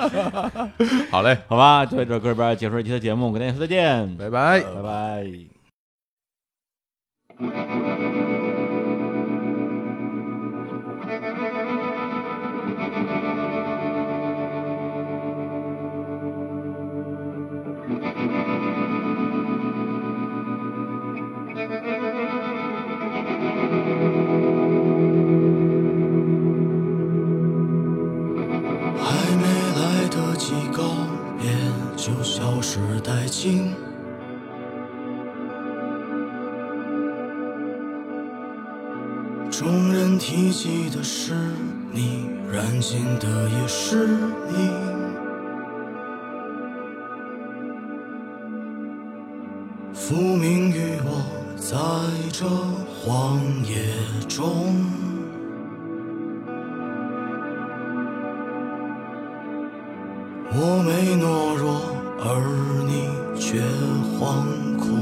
好嘞，好吧？就这首歌里边结束这期的节目，跟大家说再见，拜拜。拜拜。还没来得及告别，就消失殆尽。众人提及的是你，燃尽的也是你。浮名于我，在这荒野中。我没懦弱，而你却惶恐。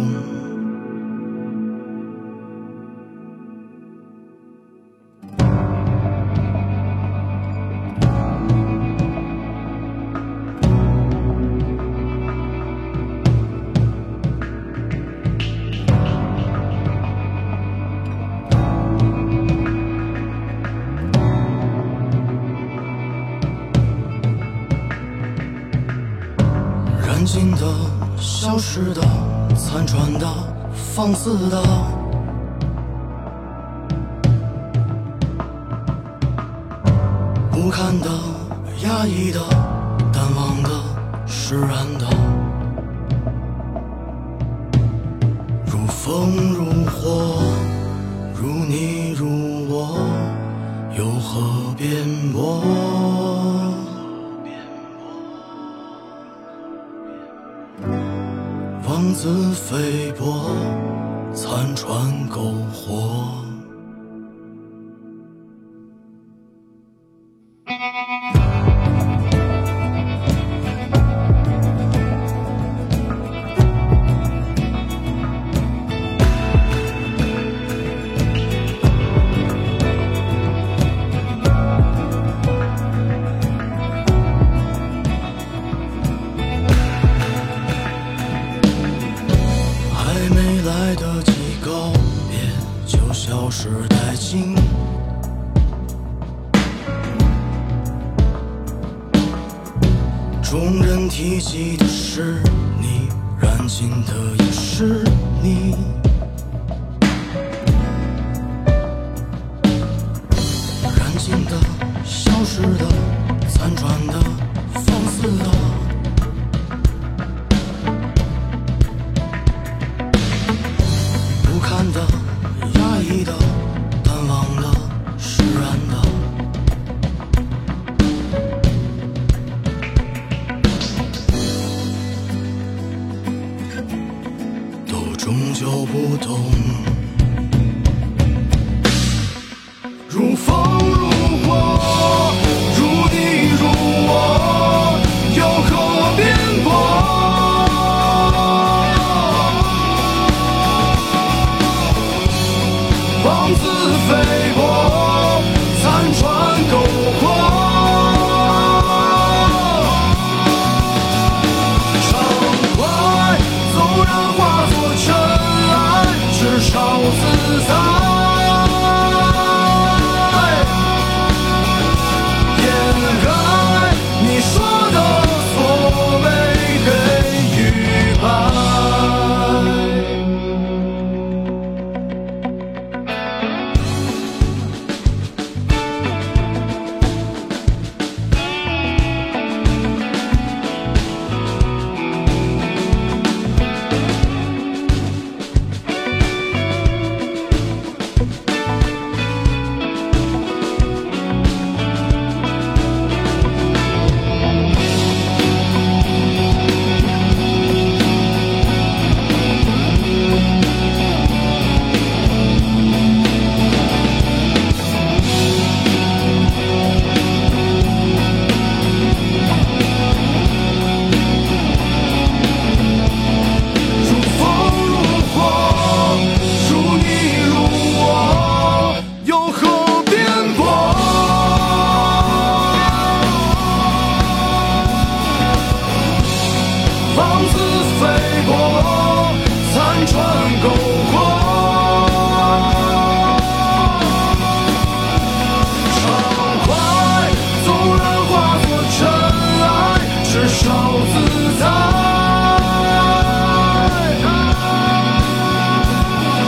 的、消失的、残喘的、放肆的。无看的、压抑的、淡忘的、释然的，如风如火，如你如我，有何辩驳？妄自菲薄，残喘篝火。还没来得及告别，就消失殆尽。众人提及的是你，燃尽的也是你。燃尽的、消失的、残喘的、放肆的。不堪的、压抑的、淡忘的、释然的，都终究不懂。如风如火，如你如我，有何辩驳？妄自菲薄，残喘篝火。畅快纵然化作尘埃，至少自在。掩盖你说的所谓黑与白。如风如火，如你如我，有何辩驳？妄自菲薄，残喘篝火。畅快，纵然化作尘埃，至少自在。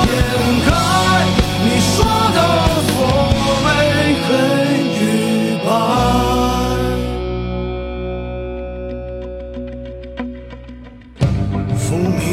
掩盖你说的所谓黑与白，浮名